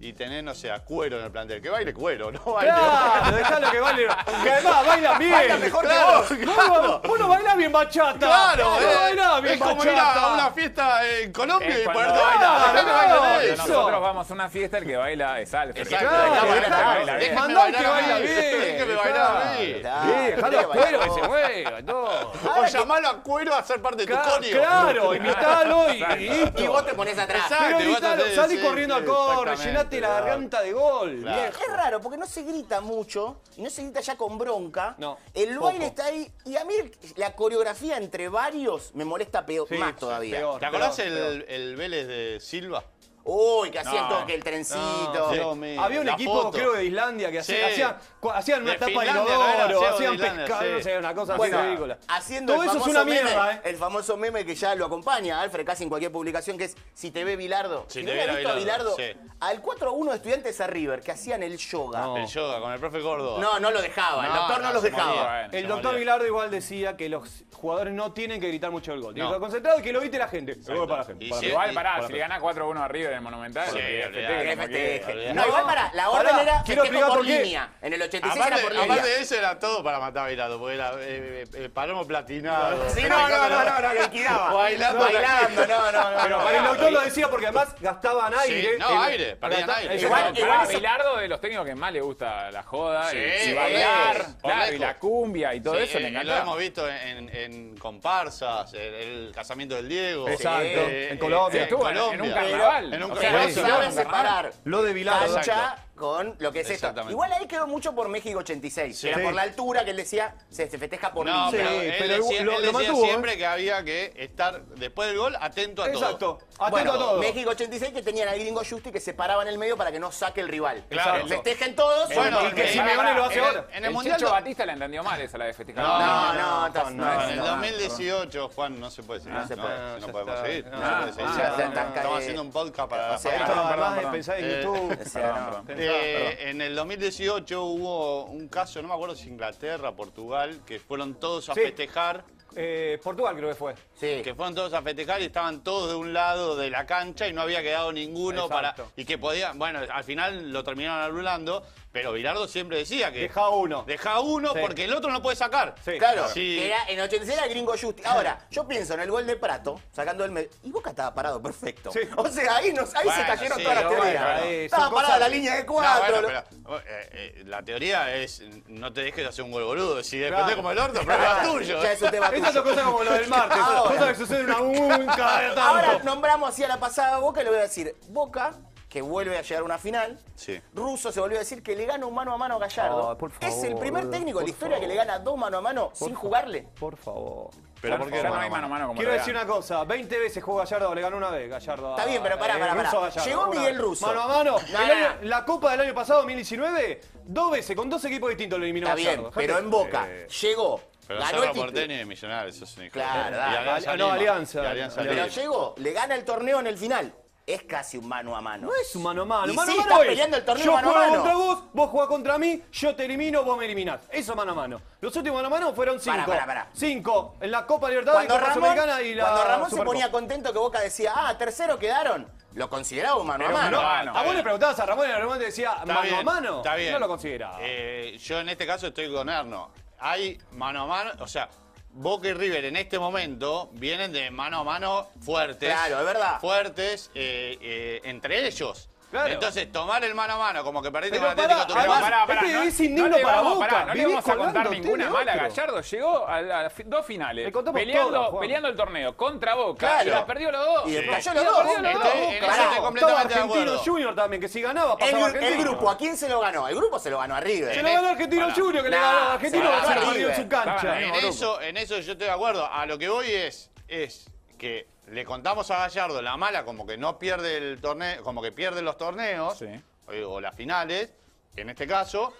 y tenés, no sé, a cuero en el plantel, que baile cuero, no baile. Claro, dejalo que baile. Que además baila bien. Baila mejor que Claro, vos. Vos, no- vos no bailás bien bachata. Claro, Vos eh, no bailás bien es como ir bachata. a una fiesta en Colombia Es y cuando- ponerte a bailar. Claro, Dejame bailar claro, ahí. Cuando eso. nosotros vamos a una fiesta, el que baila es Alfred. Exacto, Claro, dejá bailar, claro. dejá bailar. Déjame Mandá al que bailar a mí, baila bien, Déjame bailar a mí. claro. Sí, dejalo Tiene que espero bailar que se mueva. todo. O llamalo a cuero a ser parte de tu Claro, corio. claro, imitalo y, y listo. Y vos te pones atrás. Exacto, Pero y vos imitalo, haces- salí sí, corriendo sí, al corre, exactamente, llenate la claro. garganta de gol. Claro. viejo. Es raro, porque no se grita mucho, y no se grita ya con bronca. No, el poco. baile está ahí, y a mí el- la coreografía entre varios me molesta peor, Sí, más sí, todavía. peor. ¿Te acordás Peor, el, el Vélez de Silva? Uy, que hacían No. todo que el trencito. No, sí. No, mío, Había un la equipo, foto. creo, de Islandia que hacía- Sí. hacían, cu- hacían una De tapa de Finlandia, no era, inodoro, hacía hacían de Islandia, pescado, sí. no sé, una cosa Bueno, así ridícula. haciendo Todo el eso es famoso una meme, mierda, ¿eh? el famoso meme que ya lo acompaña Alfred casi en cualquier publicación, que es si te ve Bilardo. Si Si, te no hubiera viera visto a Bilardo, Bilardo, sí. al 4-1 de estudiantes a River, que hacían el yoga. No. No, El yoga con el profe Gordo. no, lo dejaba, el doctor no, los se dejaba. moría. Bueno, El se doctor moría. Bilardo igual decía que los jugadores no tienen que gritar mucho el gol. Tienen que No. estar concentrados y que lo viste la gente. El gol para la gente. Y para la sí, gente. Igual, y- pará, si le ganás 4-1 a River en el Monumental. Sí, que olvidate. festeje Que como festeje. quiera. No, No, igual para, la pará, orden era festejo quiero explicar por por qué. línea. En el 86 Aparte, era por aparte línea. de eso era todo para matar a Bilardo, porque era eh, eh, eh, Palomo platinado. Sí, no, no, no, no, no, liquidaba. Bailando la Bailando, gente. no, no, no. Pero no. el doctor lo decía porque además gastaban aire. no, en- aire, perdían gasta- aire. Exacto. Igual- Igual, igual eso- Bilardo de los técnicos que más le gusta la joda Sí, y, y por bailar, lejos, por claro, y lejos. la cumbia y todo Sí, eso le eh, encanta. Lo hemos visto en, en- en comparsas, el, el casamiento del Diego. Exacto, en Colombia. eh, Estuvo en- en un carnaval. En un O O sea, sea, carnaval. no eso, saben ¿no? separar Lo de Bilardo. cancha Exacto. con lo que es esto. Exactamente. Igual ahí quedó mucho por México 86. Sí. Era por Sí. la altura que él decía, se se festeja por No, línea. pero, Sí, él pero decía, lo- él ¿eh? decía lo mantuvo, siempre que había que estar después del gol atento a todo. Exacto. Atento Bueno, a todo. México 86 que tenían al gringo Justi que se paraba en el medio para que no saque el rival. Claro. Festejen todos. Bueno, porque- y que eh, Simeone lo en hace el- ahora. En el, En el Mundial Chicho lo- Batista la entendió mal esa la de festejar. No, No, no, no, estás- no, no, En el Ah, no, 2018, Juan, no se puede seguir. No se puede. No, Ya podemos está. seguir. No, no se puede no, seguir. ya está, está Estamos caído. haciendo un podcast para... O sea, para- no, Además perdón, de perdón. pensar en Eh, YouTube. o sea, no. Perdón, perdón. Eh, en el 2018 hubo un caso, no me acuerdo si Inglaterra, Portugal, que fueron todos a Sí. festejar. Eh, Portugal creo que fue. Sí. Que fueron todos a festejar y estaban todos de un lado de la cancha y no había quedado ninguno Exacto. para. Y que podían. Bueno, al final lo terminaron anulando, pero Virardo siempre decía que. Deja uno. Deja uno Sí. porque el otro no puede sacar. Sí. Claro, Sí. era en 86 era gringo Justi. Ahora, yo pienso en el gol de Prato, sacando el medio. Y Boca estaba parado, perfecto. Sí. O sea, ahí, nos, ahí se Bueno, cayeron sí, todas las pero teorías. bueno, eh, estaba son parada cosas- la línea de No, cuatro. bueno, pero, eh, eh, la teoría es no te dejes hacer un gol boludo. Si depende Claro. como el orto, pero es tuyo. Ya es un tema Esas tuyo. son cosas como lo del martes. Ahora. Cosas que suceden una nunca de tanto. Ahora nombramos así a la pasada Boca y le voy a decir, Boca, que vuelve a llegar a una final. Sí. Russo se volvió a decir que le gana un mano a mano a Gallardo. Ay, por es el favor, primer técnico de por la historia que favor. le gana dos mano a mano sin jugarle. Por favor. Pero Por ¿por qué favor, no? no hay mano a mano como Quiero lo decir vean. una cosa, 20 veces jugó Gallardo, le ganó una vez Gallardo. Está bien, pero pará, eh, pará, pará. Russo a Gallardo, Llegó una Miguel vez. Russo. Mano a mano. No, El no, año- no. La Copa del año pasado, 2019, dos veces, con dos equipos distintos lo eliminó Está Gallardo. bien, pero en Boca llegó, Pero ganó el Cerro título. Porteño y Millonarios, eso es un hijo Claro, de- dale. y Ah, no, Lima. Alianza. Y Alianza Pero Pero Lima. llegó, le gana el torneo en el final. Es casi un mano a mano. No es un mano a mano. Y mano sí, a mano estás es, peleando el torneo yo mano a juego mano. contra vos, vos jugás contra mí, yo te elimino, vos me eliminás. Eso mano a mano. Los últimos mano a mano fueron cinco. Pará, pará, pará. Cinco en la Copa Libertadores, Cuando Copa Ramón, Sudamericana y la cuando Ramón se Supercopa. ponía contento que Boca decía, ah, tercero quedaron, lo consideraba un mano a Era un mano. mano a No, mano. a vos le preguntabas a Ramón y Ramón te decía Está mano a bien, mano. Está bien. No lo consideraba. Eh, yo en este caso estoy con Erno. Hay mano a mano, o sea, Boca y River en este momento vienen de mano a mano fuertes. Claro, es verdad. Fuertes eh, eh, entre ellos. Claro. Entonces, tomar el mano a mano como que perdiste Pero con Atlético pará, Tucumán. además- este es indigno le para vamos, Boca, pará, no le vivís vamos a contar colgándote ninguna de mala a otro. Gallardo. Llegó a, la fi- dos finales. Le contamos Peleando, todas, Juan. peleando el torneo contra Boca. Claro. Y la perdió los dos. Y Sí. cayó Y los la dos. perdió los Entonces, dos. en Boca. Pará, eso estoy estaba Estaba completamente de Argentino acuerdo. Junior también, que si ganaba El, pasaba el Argentino. grupo, ¿a quién se lo ganó? El grupo se lo ganó a River. Se lo ganó Argentino Pará. Junior, que le Nah, ganó a Argentino, se que se ganó lo perdió River. en su cancha. Estaba En Grupo. eso, en eso yo estoy de acuerdo. A lo que voy es, es que le contamos a Gallardo la mala, como que no pierde el torneo, como que pierde los torneos, eh, Sí. o, o las finales, en este caso,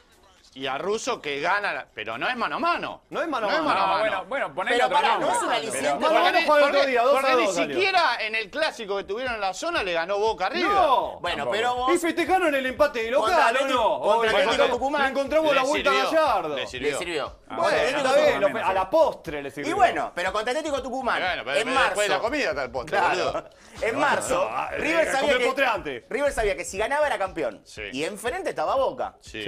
y a Russo que gana, la- pero no es mano a mano. No es mano a mano. Ah, a bueno, bueno, ponele Pero otro pará, nombre. no es un Pero- aliciente. Mano a Porque mano ni- fue el porque- otro día, dos porque a ni dos salió. siquiera en el clásico que tuvieron en la zona le ganó Boca arriba. No. Bueno, Tampoco. pero Y vos festejaron el empate de Contra local, ¿o Atlético- no? contra Obviamente, Atlético le- Tucumán. Le encontramos la vuelta a Gallardo. Le le sirvió. sirvió. Ah, Bueno, bueno, Atlético Bueno, Atlético está bien, Tucumán lo- menos, a la sí. postre le sirvió. Y bueno, pero contra Atlético Tucumán, Bueno, pero en después de la marzo, comida está el postre, boludo. Claro. En marzo, Ah, eh, River, eh, sabía comió el postre que, antes. River sabía que si ganaba era campeón. Sí. Y enfrente estaba Boca. Sí.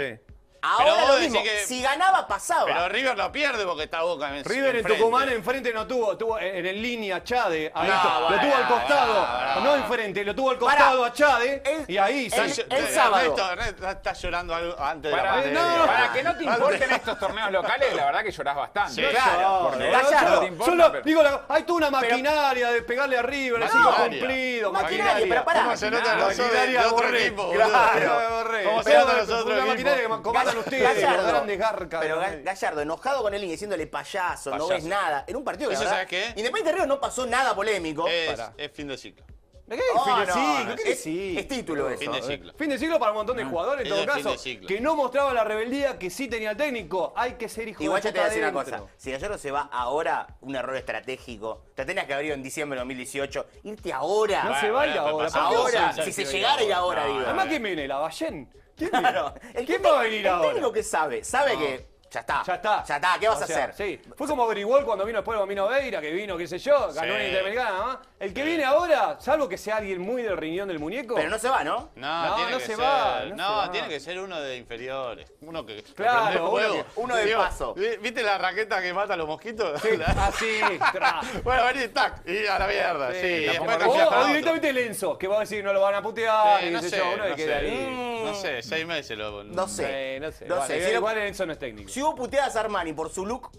Pero Ahora vos lo decís mismo, que- si ganaba pasaba. Pero River lo pierde porque está Boca en River en enfrente. Tucumán enfrente no tuvo, tuvo eh, en el línea a Chade, ahí No, to- lo bueno, tuvo al costado, bueno, no enfrente, lo tuvo al Pará. costado a Chade El- y ahí el- se- el sábado. eh, Ernesto, Ernesto está llorando algo antes de la Para, pandemia. no, para que no te Antes- importen estos torneos locales, la verdad que llorás bastante. Sí, claro. Porque Gallardo, no Gallardo, te importa, solo pero- digo, la- hay toda una maquinaria de pegarle a River, así Maquinaria. cumplido, Maquinaria, pero pará. ¿Cómo se nota los otros Maquinaria de otro Borré. equipo, boludo? Claro. ¿Cómo se Pero nota los una otros maquinaria que equipos? comandan ustedes, los grandes garcas. Pero Ga- Gallardo, enojado con él y diciéndole payaso, no Payaso. ves nada. En un partido que. la Eso, verdad, ¿sabes qué? Independiente Río no pasó nada polémico. Es, Pará. es fin de ciclo. ¿De qué? No, fin de no, siglo, no, ¿qué es- siglo? es título eso. Fin de ciclo. Fin de siglo para un montón de jugadores, en Eso todo es fin caso, de siglo. que no mostraban la rebeldía que sí tenía el técnico. Hay que ser hijo Igual de ya te voy a decir una adentro. cosa. Si Gallardo se va ahora, un error estratégico. Te tenías que haber ido en diciembre de 2018. Irte ahora. No Bueno, se vaya bueno, ahora. pero ¿por qué no se ahora, vaya? si se llegara a ir ahora, digo. Además, ¿quién viene? ¿La Ballén? ¿Quién, viene? Claro. El ¿Quién que va a te- venir El ahora? técnico que sabe, sabe que ya está. Ya está. Ya está, ¿qué vas O a sea, hacer? Sí. Fue como Grigol cuando vino después Domino Veira, que vino, qué sé yo, ganó Sí. una Interamericana. ¿no? El que Sí. viene ahora, salvo que sea alguien muy del riñón del muñeco. Pero no se va, ¿no? No, No, tiene no que se ser. va, no se no, va. tiene que ser uno de inferiores. Uno que. Claro, que prende uno fuego. que- uno de Digo, paso. ¿vi- ¿Viste la raqueta que mata a los mosquitos? Ah, Sí, así, tra. bueno, vení, tac. Y a la mierda. Sí, y después tampoco no O, cambiás para o otro. directamente Lenzo, que va a decir no lo van a putear, Sí, y no qué sé, sé yo, no uno que queda ahí. sé. No sé, seis meses lo. No Mm, sé. Eh, no sé, No vale, sé, igual, si lo- Lenzo no es técnico. Si hubo puteadas a Armani por su look,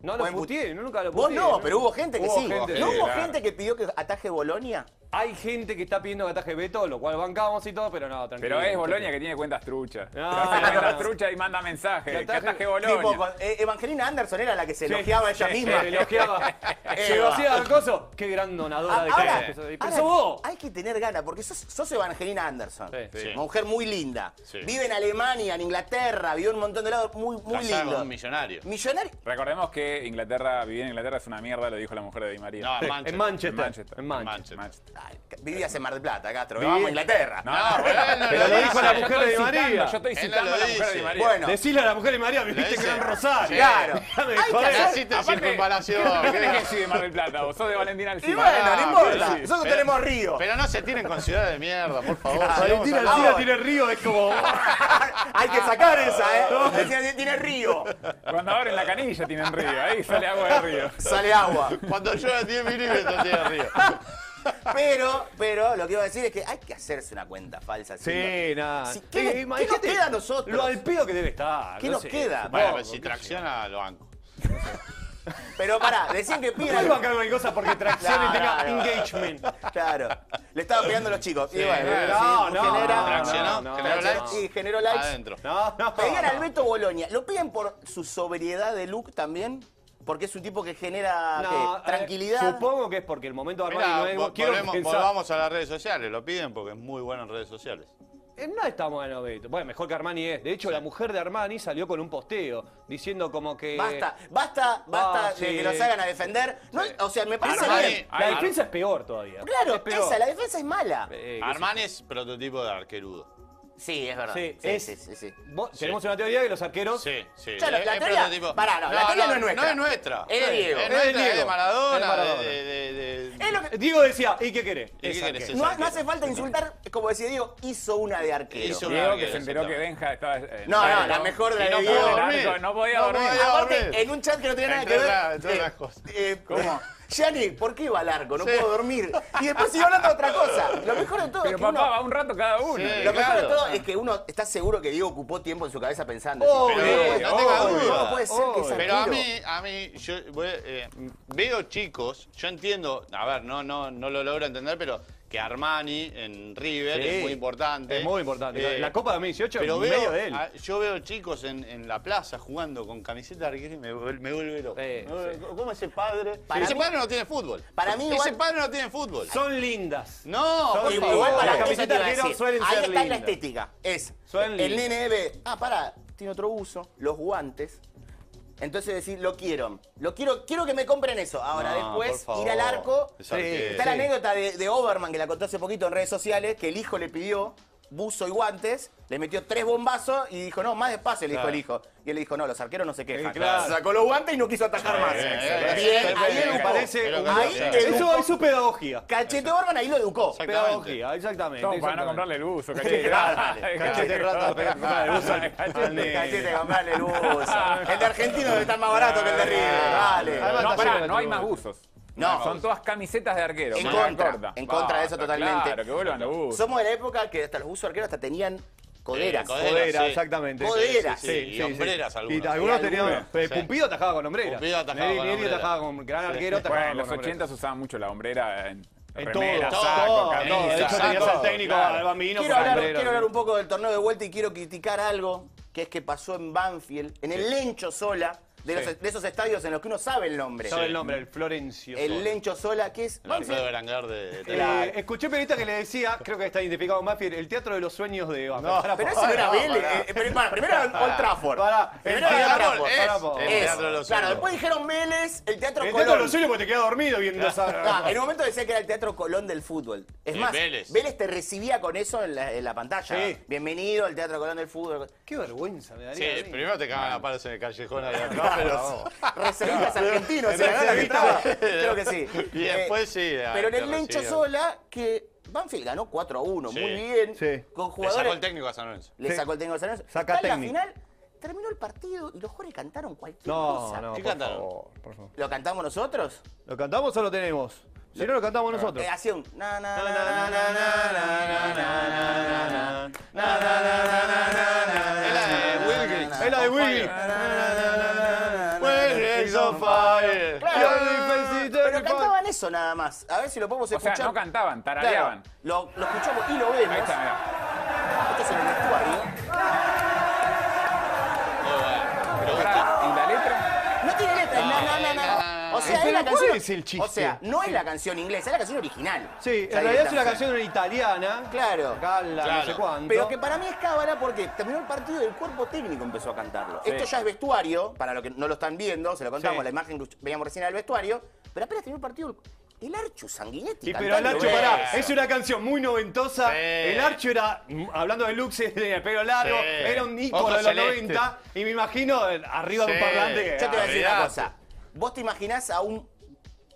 No lo Buen put- puteé, no, nunca lo vos puteé. no, pero hubo gente que Hubo sí. gente, ¿No sí, hubo claro. gente que pidió que ataje Bolonia? Hay gente que está pidiendo gataje Beto, lo cual bancamos y todo, pero no, tranquilo. Pero es Bolonia que tiene cuentas truchas. No, Que hace no, cuentas no. truchas y manda mensajes. Gataje- Cataje Tipo, Bolonia. con- eh, Evangelina Anderson era la que se Sí, elogiaba ella sí, misma. Se elogiaba. Llegó Eva. así a Arcoso. Qué gran donadora de Ah, Ahora, cosas. Pero ahora, sos vos. hay que tener ganas, porque sos, sos Evangelina Anderson. Sí, sí. Una mujer muy linda. Sí. Vive en Alemania, en Inglaterra, vive en un montón de lados. Muy, muy Casada lindo. con un millonario. Millonario. Recordemos que Inglaterra, vivir en Inglaterra es una mierda, lo dijo la mujer de Di María. No, en Manchester. En Manchester. En Manchester. En Manchester. Manchester. Manchester. Ay, vivías en Mar del Plata, Castro. Vamos a Inglaterra. No, No, bueno, bueno, pero lo lo dice, dijo la yo mujer estoy de Di María. citando, yo estoy Él no citando lo a la mujer de Di dice. María. Bueno, Decirle a la mujer de María, viviste en dice. Gran Rosario. Claro. Déjame de Hay que joder. hacer- Naciste sin Aparte, comparación. ¿Qué tenés que decir de Mar del Plata? Vos sos de Valentina y Alcina. bueno, no Ah, importa. sí. Nosotros Pero- tenemos río. Pero no se tiren con ciudades de mierda, por favor. sigamos Valentina hablando. Alcina tiene río, es como. Hay que sacar esa, ¿eh? Decían, "Sí, tiene río. Cuando abren la canilla tienen río, ahí sale agua de río. Sale agua. Cuando llueve 10 milímetros tiene río. Pero, pero, lo que iba a decir es que hay que hacerse una cuenta falsa. Sí, nada. Si- ¿qué nos- qué nos imagínate queda a nosotros? Lo al pedo que debe estar. ¿Qué no nos sé, queda? supongo, Bueno, pero si qué tracciona, lo banco. Pero pará, decían que sé yo. No puede piden. bancar cualquier cosa porque traccione No, y tenga no, no. engagement. Claro. Le estaba pegando a los chicos. y bueno, no, sí, no, genera- Traccionó, no, generó no, likes. Y generó likes. Adentro. No, no. Pedían al Beto Bolonia. ¿Lo piden por su sobriedad de look también? Porque es un tipo que genera ¿qué? No, eh, tranquilidad. Supongo que es porque el momento de Armani Mirá, no es. vo- quiero volvemos- pensar- volvamos a las redes sociales, lo piden porque es muy bueno en redes sociales. Eh, No está bueno, Beto. Bueno, mejor que Armani es. De hecho, la mujer de Armani salió con un posteo diciendo como que. Basta, basta, basta Ah, sí. de que los hagan a defender. No, O sea, me parece Armani- bien. La Ar- defensa es peor todavía. Claro, es peor. esa, la defensa es mala. Eh, qué sé Armani es prototipo de arquerudo. Sí, es verdad. yo. Sí, Sí, es- sí, sí, sí. vos- Sí. Tenemos una teoría que los arqueros. Sí, sí. Ya, la- es- la es teoría- pará, no, la teoría no es nuestra. No es nuestra. Es de Diego. Es Es de nuestra, es de Diego. Es de Maradona. Maradona. de- de- de- de- Es lo que- Diego decía, ¿y qué querés? qué Es querés? arquero. no, arquero. no hace falta insultar, como decía Diego, hizo una de arquero. Hizo Diego que Claro, se enteró que exactamente. Benja estaba. eh, No, no, enfermo. la mejor de Y la no de podía Diego. dormir. Arco, no podía dormir. podía dormir. Aparte, en un chat que no tenía nada que Entre otras- ver. entre otras cosas. eh, ¿Cómo? Gianni, ¿por qué iba al arco? No Sí. puedo dormir. Y después siguió hablando de otra cosa. Lo mejor de todo es Pero que papá, uno, va un rato cada uno. Sí. lo mejor de claro. todo es que uno está seguro que Diego ocupó tiempo en su cabeza pensando. Obvio, tipo, pero no tenga ¿cómo duda. puede ser que sea Pero a arquero? mí, a mí, yo voy, eh, veo chicos, yo entiendo, a ver, no, no, no lo logro entender, pero que Armani en River Sí. es muy importante. Es muy importante. Eh, la Copa de 2018 pero en medio veo, de él. a- yo veo chicos en, en la plaza jugando con camiseta de arquero y me, vuel- me vuelve loco. Sí, Me vuelve- ¿Cómo ese padre? Para ese mí- padre no tiene fútbol. Para mí ese igual- padre no tiene fútbol. Son lindas. No, Son por Igual favor. para Las eso te camisetas iba a de arquero decir. suelen Ahí ser está la lindas. estética. Es Suelen el lindas. nene ve, ah, pará, tiene otro uso, los guantes. Entonces decir, lo quiero, lo quiero, quiero que me compren eso. Ahora No, después por favor. ir al arco. Es arquero. Está la anécdota de, de Overman que la contó hace poquito en redes sociales, que el hijo le pidió buzo y guantes, le metió tres bombazos y dijo, no, más despacio, le dijo Claro. el hijo. Y él le dijo, no, los arqueros no se quejan. Sí, claro. Sacó los guantes y no quiso atajar más. bien, Bien, bien, ahí bien, educó. me parece. Pero un- ahí que- Eso eso es pedagogía. Cachete Overman ahí lo educó. Exacto. Pedagogía, exactamente. Todos para no exactamente. comprarle el buzo, Sí, cachete. dale, cachete rata, pe- comprarle el buzo al- al nene. Cachete, comprale el buzo. El de argentino debe estar más barato que el de River. Dale. Además, No, pará, no hay Cachete. más buzos. No. Son todas camisetas de arquero. En manga contra, corta. en contra de eso Basta, totalmente. Claro, que vuelvan los buzos. Somos de la época que hasta los buzos arqueros hasta tenían coderas. Sí, coderas. Podera, Sí. exactamente. Poderas. Sí, y hombreras algunos. Y algunos Y tenían. algunos. Pe- Sí. Pumpido atajaba con hombreras. Pumpido atajaba Neri- con Neri hombreras. atajaba con gran arquero. atajaba Bueno, en los con hombreras. 80 se usaba mucho la hombrera en, En remera, todo, saco, todo, camisa. todo. De hecho, saco, tenías al técnico claro. al bambino Quiero con hablar, sombrero. quiero hablar un poco del torneo de vuelta y quiero criticar algo que es que pasó en Banfield, en el Lencho Sola, de, Sí. los- de esos estadios en los que uno sabe el nombre. Sabe el nombre, el Florencio. El Sola. Lencho Sola, que es. El Alfredo Beranger de, de- Eh, escuché periodista que le decía, creo que está identificado Maffi, el teatro de los sueños de No, Pero ese no era Vélez. eh, pero para, primero era Old Trafford. Pará, Primero el era Old teatro- Trafford. eh, pará, po. el Eso. teatro de los Claro, Sueños. después dijeron Vélez, el Teatro El Colón. teatro de los sueños porque Eh, te quedas dormido viendo Ah, esa. en un momento decía que era el Teatro Colón del fútbol. Es El más, Vélez. Vélez. te recibía con eso en la, en la pantalla. Sí. Bienvenido al Teatro Colón del fútbol. Qué vergüenza me Sí, daría. Sí, primero te cagan a palos en el callejón de acá, pero. Reservistas argentinos, En ¿se acuerdan que reservistas. estaba? Creo que sí. Y después sí, ah, Pero en te el Lencho recibieron. Sola, que Banfield ganó 4 a 1, Sí. muy bien. Sí. Con Le sacó el jugadores. técnico a San Lorenzo. Le Sí. sacó el técnico de San Lorenzo. Saca Está en la técnico. final, terminó el partido y los jóvenes cantaron cualquier No, cosa. no. ¿Qué por- cantaron? por favor. ¿Lo cantamos nosotros? ¿Lo cantamos o lo tenemos? Si no, lo cantamos nosotros. Eh, hacía un. na, na, Na, na, na, na, na, na, na, na, na, na, na, na, na, na, na, na, na. Es la de Wilgrick. Es la de Willy. Wilgrick's on fire. Pero cantaban eso nada más. A ver si lo podemos O sea, escuchar. no cantaban, Claro, tarareaban. lo, lo escuchamos y lo Ahí vemos. está, mirá. Esto es en el vestuario. Pero gusta. Pará, ¿Y la letra? No tiene letra. No, no, eh, no, no, no. O sea, Pero es la ¿cuál canción. es el chiste? O sea, no es la canción inglesa, es la canción original. Sí, en realidad Ya es directamente. una canción italiana. Claro. Gala, Claro. no sé cuánto. Pero que para mí es cábala porque terminó el partido y el cuerpo técnico empezó a cantarlo. Esto ya es vestuario, para los que no lo están viendo, se lo contamos, Sí. la imagen que veíamos recién era el vestuario. Pero apenas terminó el partido, el Archu Sanguinetti Y pero cantando ¿eh? Nacho, eso. pará, es una canción muy noventosa. Sí. El Archo era, mm, hablando de luxes, de pelo largo, Sí. era un ícono Ojos de los celestes. 90. Y me imagino eh, arriba de un Sí. parlante que. Yo te voy a decir una Olvidate. cosa. ¿Vos te imaginás a un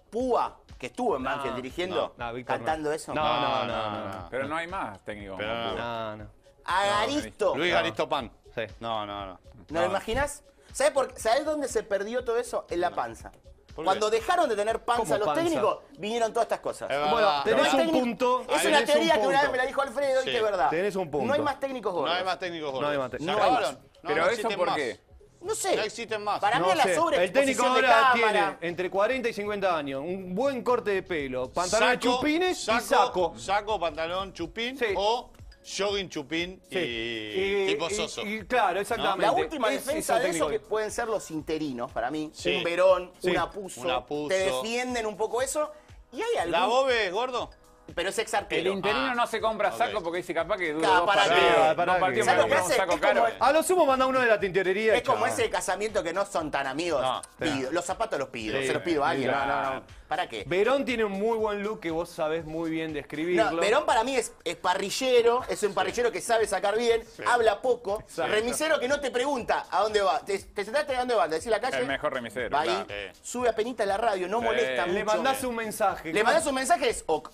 Púa que estuvo en Banfield dirigiendo no, Víctor, cantando no. eso? No, no, no. Pero no hay más técnico. Pero no, no. No, no. A Garisto. Luis Garisto Pan. Sí. No, no, no. ¿No lo imaginás? ¿Sabés, por, qué- ¿Sabés dónde se perdió todo eso? En la panza. qué? Cuando dejaron de tener panza ¿Cómo los panza? técnicos, vinieron todas estas cosas. Ah, Es verdad. Bueno, Ah, No hay tenés un técnico- punto. Es Ahí una tenés un teoría que una vez punto. me la dijo Alfredo y Sí, que es verdad. tenés un punto. No hay más técnicos No gordos. hay más técnicos gordos. No hay más Se técnicos. No hay acabaron. más. No, Pero no eso existen por más. qué. No sé. No existen más. Para mí No es la sé, el técnico sobreexposición de ahora tiene cámara. entre 40 y 50 años, un buen corte de pelo, pantalones Saco, chupines y saco. Saco, pantalón, chupín Sí. o jogging, chupín Sí. y, tipo soso. y- claro, exactamente. La última Es- defensa es de el eso que técnico. pueden ser los interinos para mí. Sí. Un Verón, Sí. un, apuso, Un Apuso. Te defienden un poco eso. Y hay algo. ¿La bobe es gordo? Pero es ex El arquero. interino Ah, no se compra ok. saco porque dice capaz que dura Capaz dos para partidos. que- Dos para que- partidos ¿Sabes para lo que comprar un hace? saco Es como caro. el- A lo sumo manda uno de la tintorería. y Es como chao. ese casamiento que no son tan amigos. No, Pido- Los zapatos los pido, Sí, se los pido a alguien. no, no, no. ¿Para qué? Verón tiene un muy buen look que vos sabés muy bien describirlo. No, Verón para mí es, es parrillero, es un parrillero que sabe sacar bien, habla poco, remisero que no te pregunta a dónde va. Te, te sentaste a dónde va, te decís la calle. El mejor remisero, Va ahí, claro. Sí. sube a penita a la radio, no Sí. molesta Le mucho. Le mandás un mensaje. Le mandás un mensaje, es ok.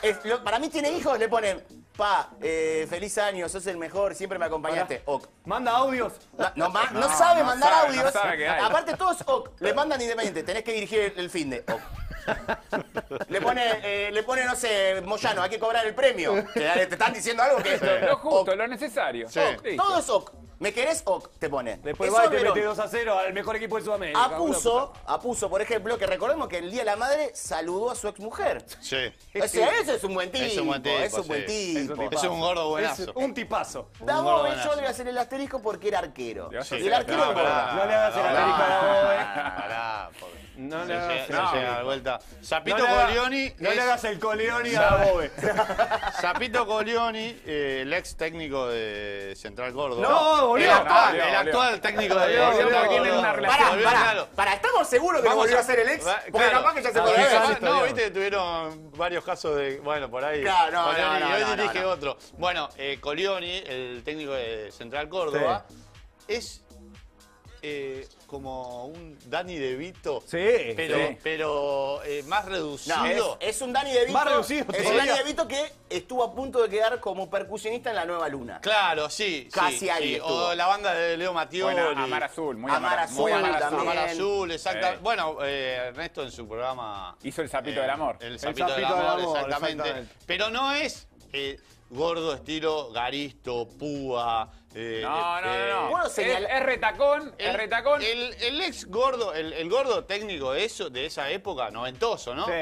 Es lo- para mí tiene hijos, le ponen, pa, eh, feliz año, sos el mejor, siempre me acompañaste, ok. Manda audios. No, no ma- no sabe no mandar sabe, no audios. sabe qué hay. Aparte, todos ok. Le mandan independiente. Tenés que dirigir el, el fin de. ok. Le pone, eh, le pone, no sé, Moyano, hay que cobrar el premio. Te, da- te están diciendo algo que es. Lo justo, ok, lo necesario. Sí. ok. Listo. Todo es ok. ¿Me querés ok? Te pone. Después Eso va y es te Verón. mete 2 a 0 al mejor equipo de Sudamérica. Apuso, apuso, por ejemplo, que recordemos que el Día de la Madre saludó a su exmujer. Sí. O sea, eso es un buen tipo. Es un buen tipo, Es un buen sí. tipo. un Es un gordo Es buenazo. un tipazo. Dabove, yo buenazo. le voy a hacer el asterisco porque era arquero. Le vas a Y hacer el arquero No, engorda. pará, No le hagas el no, asterisco a Dabove. Pará, porque No se le hagas llega- el se llega asterisco. de vuelta. No Zapito le, hagas- Colioni no le es- hagas el coleoni a la Bobe. Zapito Colioni, eh, el ex técnico de Central Gordo. No, boludo. El actual, Volvió, el volvió. actual técnico de Volvió, Central volvió, Gordo. tienen una Pará, Volvió, pará, claro. pará, ¿estamos seguros que no volvió a ser el ex? Va- Porque claro. capaz que ya se Ah, podía quizás ver. No, viste que tuvieron varios casos de. Bueno, por ahí. Claro, no, no, Colioni, no, y hoy no, no, dirige no. otro. Bueno, eh, Colioni, el técnico de Central Córdoba, es eh, como un Dani De Vito. Sí, Pero, sí. pero eh, más No, es, reducido. es un Dani De Vito. Más reducido es un todavía. Dani De Vito que estuvo a punto de quedar como percusionista en la nueva luna. Claro, sí. Casi sí, ahí sí. estuvo. O la banda de Leo Mattioli. Buena, Amar Azul, muy Amar Amar Azul muy Amar también. Azul. Amar Azul, exacta. Sí. Bueno, eh, Ernesto en su programa. eh, Hizo el sapito del amor. El El sapito, sapito del del amor, amor, exactamente. exactamente. Pero no es eh, gordo estilo Garisto, Púa. eh, No, no, este, no, no. Bueno, Es, señal- es retacón, es El, retacón. el- el ex gordo, el, el gordo técnico de, eso, de esa época, noventoso, ¿no? Sí.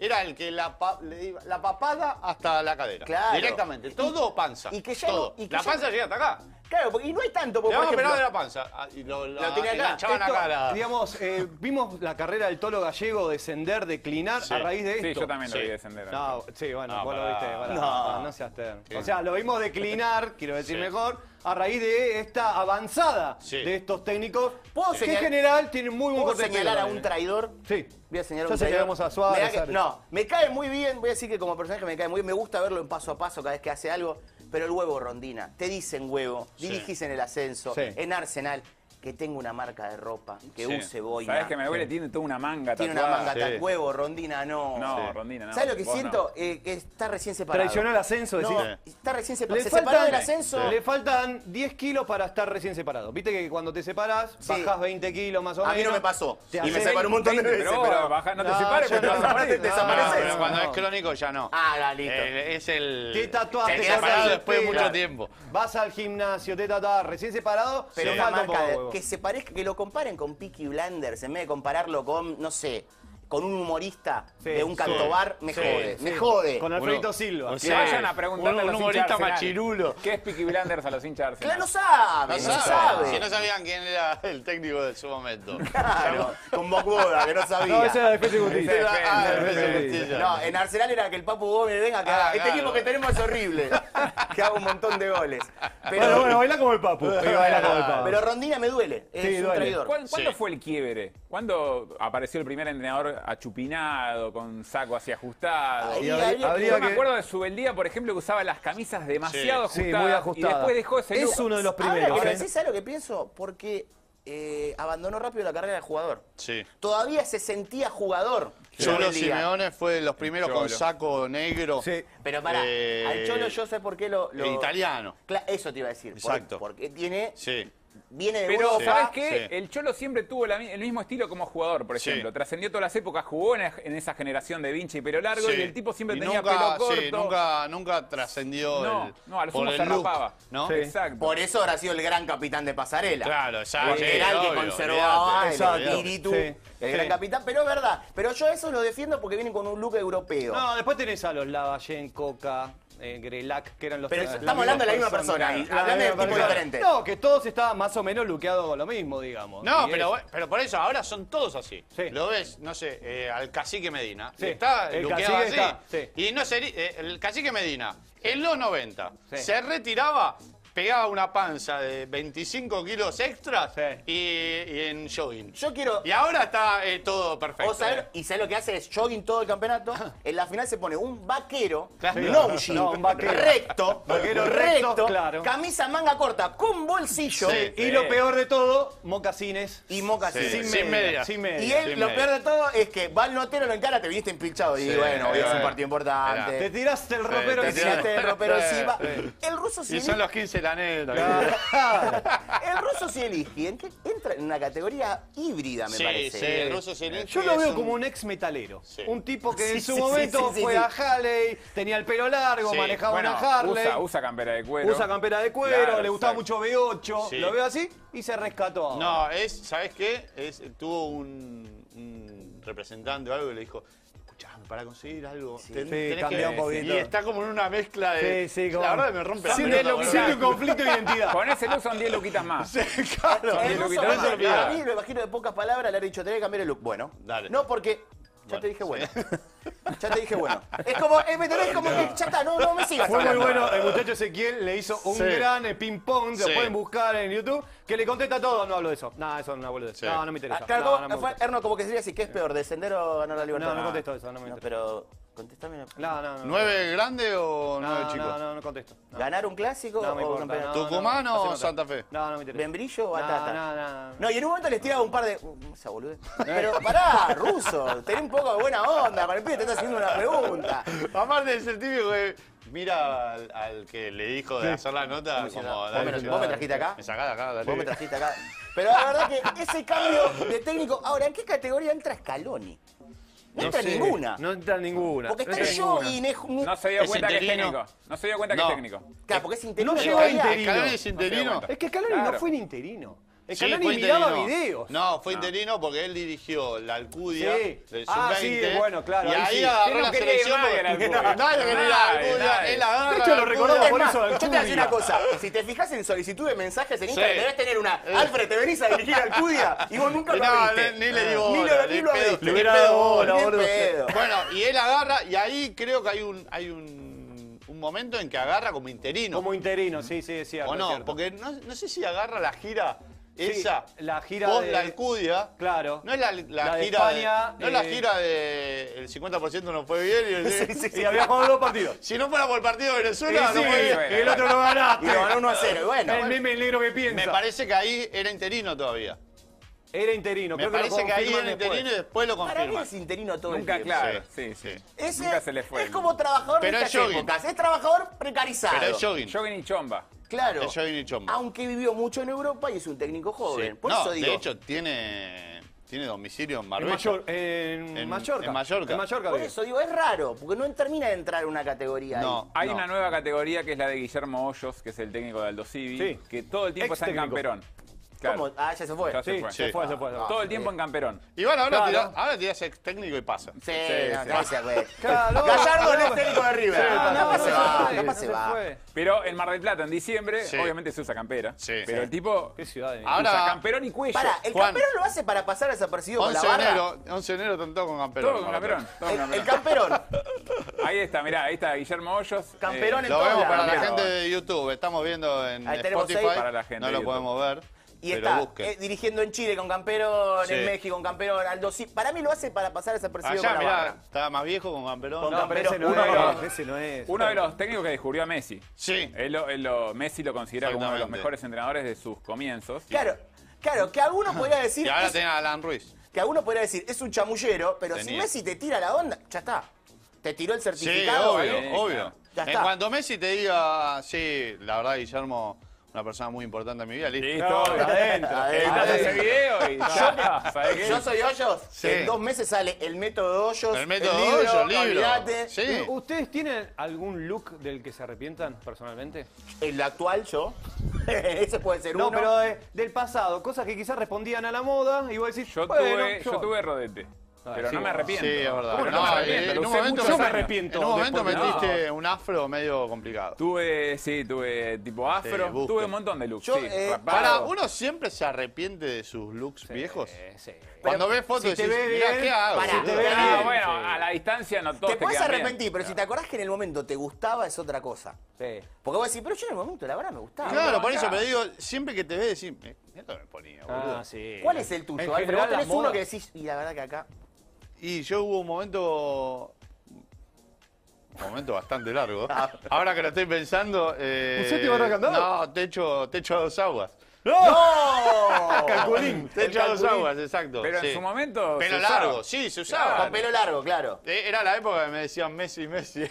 Era el que la, pa- le iba- la papada hasta la cadera. Claro. Directamente. Todo panza. y que ya todo. no- y que la ya panza no- llega hasta acá. Claro, porque, y no hay tanto. Porque, Le por vamos ejemplo, a operar de la panza. Ah, Y lo, lo, Lo tenía acá. enganchaban Esto, acá la- Digamos, eh, vimos la carrera del Tolo Gallego descender, declinar Sí. a raíz de esto. Sí, yo también lo Sí. vi descender. No, sí, bueno, No, vos lo pará. viste. pará, No. no, no seas terno. O sea, lo vimos declinar, quiero decir mejor, a raíz de esta avanzada Sí. de estos técnicos ¿Puedo que señal- en general tienen muy buen ¿Puedo corte de pelo señalar a un también, eh. traidor? Sí. Voy a señalar a Ya un traidor. señalamos a Suárez, Me da que- Suárez. no, me cae muy bien. Voy a decir que como personaje me cae muy bien. Me gusta verlo en paso a paso cada vez que hace algo. Pero el huevo rondina. Te dicen huevo. Dirigís en el ascenso. Sí. En Arsenal. Que tenga una marca de ropa. Que Sí. use boina. Sabes que me duele, tiene toda una manga Tiene una tatuada. manga Sí. tan huevo. Rondina no. No, Rondina no. ¿Sabes lo que Vos siento? Eh, que está recién separado. Traicionó el ascenso, decís. No, Sí. está recién Le separado. Se faltan, separó del ascenso. le faltan 10 kilos para estar recién separado. Viste que cuando te separas, Sí. bajás 20 kilos más o A menos. mí no me pasó. Te Y me haces separó un montón de 20, veces. pero Pero baja, no te No, separes, yo pero no. desapares, No, Ah, desapareces. pero no, cuando no. es crónico ya no. Ah, la, listo. Eh, es el. Te tatuaste, Se te queda cortaste parado el después de pelo. mucho tiempo. Vas al gimnasio, te tratás recién separado, Pero pero una falta un marca poco, de- huevo. que se parezca, que lo comparen con Peaky Blinders, en vez de compararlo con, no sé, con un humorista Sí, de un sí. cantobar, me Sí, jode, sí. me jode. Con Alfredito Silva. o Que Sí. vayan a preguntarle Un- a un los hinchas de humorista Arsenal, machirulo. ¿Qué es Peaky Blinders a los hinchas de Arsenal? Claro, no sabe, No no, sabe. sabe. Si no sabían quién era el técnico de su momento. Claro, con Bocboda, que no sabía. No, esa era defensa y Ese justicia. defensa, Ah, defensa. defensa y justicia. No, en Arsenal era que el Papu Gómez venga acá. Ah, este claro. equipo que tenemos es horrible. que haga un montón de goles. Pero, Bueno, bueno, baila como el papu. baila como el papu. pero Rondina me duele. Es Sí, un duele. traidor. ¿Cuán- ¿Cuándo Sí. fue el quiebre? ¿Cuándo apareció el primer entrenador achupinado, con saco así ajustado? Ahí Y habría- habría que- habría Yo me que- acuerdo de Subeldía, por ejemplo, que usaba las camisas demasiado Sí, ajustadas. muy Y ajustada. después dejó ese Es look. uno de los Ahora primeros. que ¿eh? decís, ¿sabes lo que pienso? Porque eh, abandonó rápido la carrera de jugador. Sí. Todavía se sentía jugador. Cholo Subeldía. Simeone fue de los primeros Cholo. con saco negro. Sí. Pero pará, Eh, al Cholo yo sé por qué lo... lo- el italiano. Cla- eso te iba a decir. por- Exacto. Porque tiene... Sí. Viene de Pero, Europa. ¿sabes qué? Sí. El Cholo siempre tuvo la mi- el mismo estilo como jugador, por Sí. ejemplo. Trascendió todas las épocas, jugó en, en esa generación de Vinci y pelo largo, Sí. y el tipo siempre Y tenía nunca, pelo corto. Sí, nunca, nunca trascendió no, el- no, a los por sumo el se look, rapaba. ¿no? Sí. Exacto. Por eso habrá sido el gran capitán de pasarela. Claro, exacto. Porque Sí, era el que obvio, conservaba olvidate, el olvidate. espíritu. Sí, El sí. gran capitán, pero es verdad. Pero yo eso lo defiendo porque vienen con un look europeo. No, después tenés a los Lavallén, Coca, eh, Grelac, que eran los Pero tres- estamos hablando de la misma persona, y hablando de misma tipo persona. diferente. No, que todos estaban más o menos luqueados con lo mismo, digamos. No, Y pero, es- bueno, pero por eso ahora son todos así. Sí. Lo ves, no sé, eh, al cacique Medina. Sí. Está El luqueado cacique así. está, sí. Y no sería, eh, el cacique Medina, en los 90, Sí. se retiraba, pegaba una panza de 25 kilos extras Sí. y, y en jogging. Yo quiero. Y ahora está eh, todo perfecto. O saber- eh. y sabe lo que hace es jogging todo el campeonato. En la final se pone un vaquero, Claro. no un jean, No, un vaquero. recto, Vaquero recto, recto, claro. camisa manga corta, con bolsillo Sí. Y lo peor de todo, mocasines. y mocasines. Sí, Sin, sí. media, media. Sin media. Y él, Sí, lo me- peor de todo es que va al notero, lo encara, te viniste empilchado. Y Sí, bueno, hoy es un eh, partido importante. Te tiraste el ropero te Te que tiraste. tiraste de ropero Sí, encima. sí. El ruso Y son Zielinski, los 15 la neta. el ruso Zielinski, ¿en qué? entra en una categoría híbrida, me Sí, parece. sí, el ruso Zielinski Yo lo es veo un- como un ex metalero. Sí. Un tipo que Sí, en su sí, momento sí, sí, fue sí. a Harley, tenía el pelo largo, Sí. manejaba Bueno, una Harley. usa, usa campera de cuero. usa campera de cuero, Claro, le gustaba exacto. mucho B8, Sí. lo veo así y se rescató. No, es, ¿sabes qué? Es, tuvo un, un representante o algo que le dijo, escuchame, para conseguir algo ten- Sí, tenés cambia que-". un poquito. Y está como en una mezcla de... Sí, sí, como- eh, La verdad que me rompe la Siente, pelota, lo- boludo. siente un conflicto de identidad. Con ese look son 10 luquitas más. Claro. Son El 10 ruso, Parece luquitas para más. lo pillaba. mí, me imagino de pocas palabras, le haber dicho, tenés que cambiar el look. Bueno, Dale. No, porque. Ya Bueno, te dije sí. bueno. Ya te dije bueno. Es como, eh, me tenés como que ya está, no, no me sigas. Fue muy hablando. bueno, el muchacho Ezequiel le hizo un Sí. gran eh, ping-pong, lo Sí. pueden buscar en YouTube, que le contesta todo. No hablo de eso. No, eso no hablo de Sí. eso. No, no me Ah, interesa. claro, no, como- no, me fue- gusta. Erno, como que sería así, ¿qué es peor, descender o ganar la libertad? No, no contesto eso, no me interesa. pero contestame. no, no, no. ¿Nueve grande o nueve No, chico? no, no, no contesto. No. ¿Ganar un clásico No me o un importa, campeonato? no, no. ¿Tucumán o Hacemos otra. Santa Fe? No, no me interesa. ¿Membrillo o No, batata? No, no, no. No, y en un momento les tiraba un par de. uh, Esa boludez. Pero pará, ruso, tenés un poco de buena onda. Para el pibe te estás haciendo una pregunta. Aparte es el típico que mira al, al que le dijo de hacer la nota Sí, como... vos dale, me- chico, vos me dale. trajiste acá. Me sacá de acá, dale. Vos me trajiste acá. Pero la verdad que ese cambio de técnico. Ahora, ¿en qué categoría entra Scaloni? No, entra sé. ninguna. No entra ninguna. porque está No entra yo ninguna. y Neju. No se dio Es cuenta que es interino. técnico. No se dio cuenta que No. es técnico. Claro, porque es interino. No llegó todavía. interino. Escalón es No se da interino. cuenta. Es que Scaloni Claro. no fue un interino. El Sí, Canani fue miraba interino. videos. No, fue interino porque él dirigió la Alcudia Sí. del Sub-20. Ah, sí, bueno, claro, Y ahí ahí, sí. Él agarró no la quería selección. nadie porque- la Alcudia. Nadie quería la Nadie, Alcudia. nadie. Él agarra De hecho, la lo Alcudia. recordamos Es por más, eso al yo te voy a decir Cudia. una cosa. Si te fijas en solicitud de mensajes en Instagram, Sí. debes tener una. Alfred, te venís a dirigir al Cudia. Y vos nunca lo No, abriste. ni- ni le dio Ni bola, lo, ni ni lo pedo. abriste. Le Ni hubiera pedo, dado bola, ni boludo. pedo. Bueno, y él agarra, y ahí creo que hay un, hay un, un momento en que agarra como interino. Como interino, sí, sí, es cierto. o es no, cierto. porque no, no sé si agarra la gira esa. la gira Post de- la Alcudia. Claro. No es la, la La de gira. de- España, no es la eh, gira de. El 50% no fue bien. Y el- Y había jugado dos partidos. Si no fuera por el partido de Sí, Venezuela, sí, no fue bien. bueno. el otro lo ganaste. Y lo ganó 1 a 0. Y bueno, el meme el negro que Me piensa. parece que ahí era interino todavía. Era interino, Me creo que lo parece que ahí confirman era después. interino y después lo para mí confirman. es interino todo Nunca, el tiempo. claro, sí, Sí. sí. Ese Nunca se le fue. Es como trabajador Pero de es estas jogging. épocas. Es trabajador precarizado. Pero es jogging. Joven y Chomba. Claro. Es jogging y chombo. Aunque vivió mucho en Europa y es un técnico joven. Sí. Por no, eso digo. de hecho tiene, tiene domicilio en En, Marbella. Mayor- en En- Mallorca. en Mallorca. por vive. eso digo, es raro, porque no termina de entrar una categoría No. Hay una nueva categoría que es la de Guillermo Hoyos, que es el técnico de Aldo Civi, Sí. que todo el tiempo Ex está en técnico. Camperón. ahí. Claro, ¿Cómo? Ah, ya se fue. ya Sí, se fue. Ah, se fue, se fue. se fue. Todo el tiempo en Camperón. Y bueno, ahora, Claro. tirás- ahora tirás ex técnico y pasa. Sí, Sí, no, sí. gracias, güey. Claro. Gallardo no es técnico de River. Sí, no, no, capaz no, se no, va, no, capaz no se se va. fue. Pero en Mar del Plata, en diciembre, Sí. obviamente se usa campera. Sí. Pero Sí. el tipo Qué ciudad de Ahora- usa camperón y cuello. Para, el Juan. camperón lo hace para pasar desapercibido con la 11 de barra. enero, 11 de enero están todos con camperón. Todo con camperón. todo con El, el camperón. camperón. Ahí está, mirá, ahí está Guillermo Hoyos. eh, Camperón en Lo todos vemos lados, para la mirá. gente de YouTube. Estamos viendo en Ahí tenemos Spotify. seis. Para la gente no de lo YouTube. podemos ver. Y pero está busquen. eh, dirigiendo en Chile con camperón, Sí. en México con camperón, Aldo sí. Para mí lo hace para pasar desapercibido Allá, con la mirá, barra. estaba más viejo con camperón. Con No, pero ese no uno de es. los- Ese no es. Uno de los técnicos que descubrió a Messi. Sí. Él lo- él lo- Messi lo considera como uno de los Exactamente. mejores entrenadores de sus comienzos. Claro, claro, que alguno podría decir, Y ahora es- tenés a Alan Ruiz. que alguno podría decir, es un chamullero, pero si Tenía. Messi te tira la onda, ya está. Te tiró el Sí, certificado. obvio, ¿eh? eh, obvio. claro. Ya En está. cuanto Messi te diga, sí, la verdad, Guillermo, una persona muy importante en mi vida, listo. Listo, adentro. Adentro. Editás ese video y ya. ¿sabés qué? Yo soy Hoyos. Sí. En dos meses sale el método Hoyos. El método libro, Hoyos, libro. olvídate. Sí. ¿U- ¿Ustedes tienen algún look del que se arrepientan personalmente? El actual yo. Ese puede ser No, uno. pero eh, del pasado, cosas que quizás respondían a la moda y vos decís, Yo, bueno, tuve, yo- yo tuve rodete. Ah, Pero sí, no me bueno. arrepiento. Sí, es verdad. ¿Cómo que no, No, me eh, arrepiento? en Lo un usé momento muchos yo me años. arrepiento. En un momento Después- metiste un afro medio complicado. Tuve, sí, tuve tipo Sí, afro. busquen. tuve un montón de looks. Yo, sí, eh, rapado. Ahora, uno siempre se arrepiente de sus looks viejos. Eh, sí. Cuando ves fotos, si te decís, ve "Mirá, bien, ¿qué hago? pará. Si te boludo? ve ¿Qué bien, hago?". Ah, bueno, sí. a la distancia no todos te te, puedes quedan bien. arrepentir, pero si te acordás que en el momento te gustaba es otra cosa. Sí. Porque vos decís, pero yo en el momento la verdad me gustaba. Claro, Claro, por eso claro. me digo, siempre que te ves, decís, "Eh, mirá lo que me ponía, boludo. Ah, sí. ¿Cuál es el En tuyo? Alfred? general, vos tenés las uno modas- que decís, y la verdad que acá. Y yo hubo un momento. Un momento bastante largo. Ah. Ahora que lo estoy pensando. Eh, ¿Usaste barra candado? No, techo, techo a dos aguas. ¡No! Calculín. Techo a dos aguas, exacto. Pero en sí. su momento Pelo se usaba. largo, sí, se usaba. Con pelo largo, claro. Eh, Era la época que me decían Messi, Messi.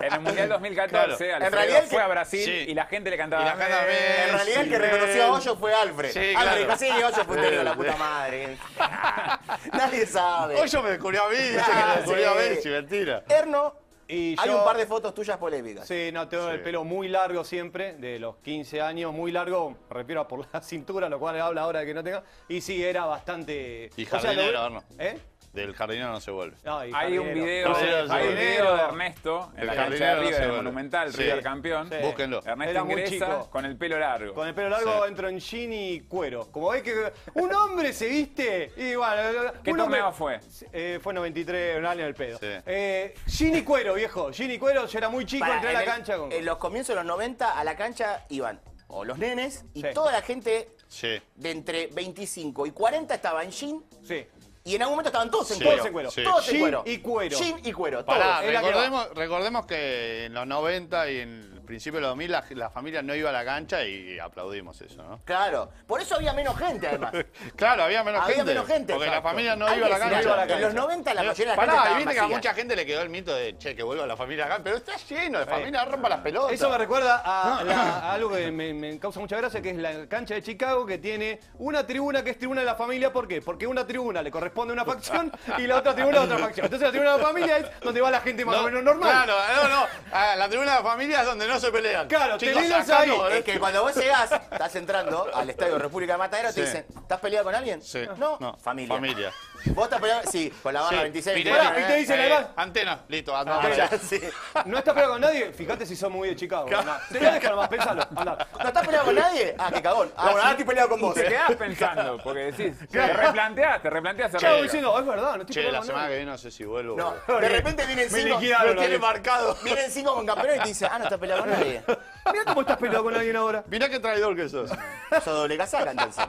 En el Mundial 2014, Claro. Alfredo En realidad el que- fue a Brasil Sí. y la gente le cantaba. Y la gente, "Messi". En realidad el que Sí. reconoció a Hoyo fue Alfred. Sí, claro. Alfred dijo, sí, Hoyo fue un técnico de la puta madre. Nadie sabe. Hoy yo me descubrió a mí, dice que me Ah, descubrió a sí. Messi, mentira. Erno, Y hay yo- un par de fotos tuyas polémicas. Sí, no, tengo el pelo muy largo siempre, de los 15 años, muy largo, me refiero a por la cintura, lo cual habla ahora de que no tenga. Y sí, era bastante. Y lo ve- jardinero, ¿no? ¿eh? Del jardinero no se vuelve. No, y Hay un jardinero. video, No, sí, no, hay sí. un video de Ernesto en El la cancha de jardinero River, se en el vuelve. Monumental, Sí. River campeón. Sí. Búsquenlo. Ernesto Era muy ingresa chico. con el pelo largo. Con el pelo largo Sí. entro en jean y cuero. Como ves que un hombre se viste y bueno... ¿Qué un torneo hombre- fue? Eh, fue 93, un año del pedo. Sí. Eh, jean y cuero, viejo. Jean y cuero, yo era muy chico, Pará, entré a en la el- cancha con... En los comienzos de los 90, a la cancha iban o los nenes y Sí. toda la gente Sí. de entre 25 y 40 estaba en jean Sí. y en algún momento estaban todos en Sí. cuero. Todos en cuero. Sí. Todos en Jean cuero. y cuero. Jean y cuero, Pará, todos. Es la que recordemos, recordemos que en los 90 y en el principio de los 2000 la, la familia no iba a la cancha y aplaudimos eso, ¿no? Claro, por eso había menos gente además. Claro, había menos Había gente. menos gente, Porque exacto. la familia no Hay iba a que la decir cancha. algo, en los 90 la mayoría de la Pará, gente y estaba viste que a vacía. mucha gente le quedó el mito de, che, que vuelva la familia acá, pero está lleno de familia, rompa las pelotas. Eso me recuerda a, la- a algo que me, me causa mucha gracia, que es la cancha de Chicago, que tiene una tribuna que es tribuna de la familia. ¿Por qué? Porque una tribuna le corresponde a una facción y la otra tribuna a otra facción. Entonces la tribuna de la familia es donde va la gente más o menos normal. Claro, no, no. Ah, la tribuna de la familia es donde no se pelean. Claro, te Chicos, miras acá ahí. no, ¿eh? Es que cuando vos llegás, estás entrando al Estadio República de Matadero, te Sí. dicen, ¿estás peleado con alguien? Sí. No, familia. Familia. ¿Vos estás peleado? Sí, con la barra Sí. 26. Pirelli. Bueno, Pará, y te dicen, ahí va. Antena, listo, Ah, antena. ya, sí. No estás peleado con nadie, fíjate si son muy de Chicago. Andá. Te voy a dejar más, pensalo. Andá. ¿No estás peleado con nadie? Ah, qué cagón. Ah, bueno, ahora estoy peleado con vos. Te eh. quedás pensando, porque decís, te replanteás, te replanteás. te Chau, replanteás. diciendo, es verdad, no estoy Che, peleado la con semana nadie. que viene no sé si vuelvo. No, boludo. de repente vienen Me cinco. liquidaron, lo tienen boludo. marcado. Vienen cinco con campeones y te dicen, ah, no estás peleado con nadie. Mirá cómo estás peleado con alguien ahora. Mirá qué traidor que sos. Sos doble casaca, entonces.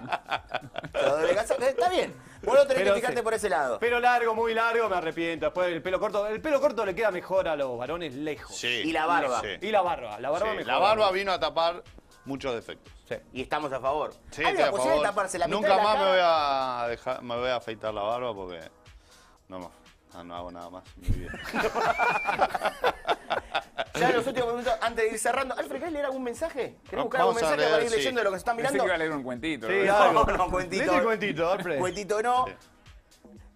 Sos doble casaca. eh, Está bien. Vos no tenés Pero que fijarte sí. por ese lado. Pelo largo, muy largo, me arrepiento. Después el pelo corto. El pelo corto le queda mejor a los varones lejos. Sí. Y la barba. Sí. Y la barba, la barba Sí, mejor. La barba vino a tapar muchos defectos. Y estamos a favor. Sí, Hay estoy la posibilidad a de favor. taparse la mitad Nunca de la más cara. me voy a dejar, me voy a afeitar la barba porque no, me- no, no hago nada más. en mi vida. Ya en los últimos minutos, antes de ir cerrando, Alfred, ¿querés leer algún mensaje? ¿Querés Ah, No, buscar algún vamos a mensaje leer, para ir sí. leyendo de lo que se están Pensé que mirando? iba a leer un cuentito. Sí, ¿no? algo. No, no, cuentito. Leete el cuentito, Alfred. Cuentito no.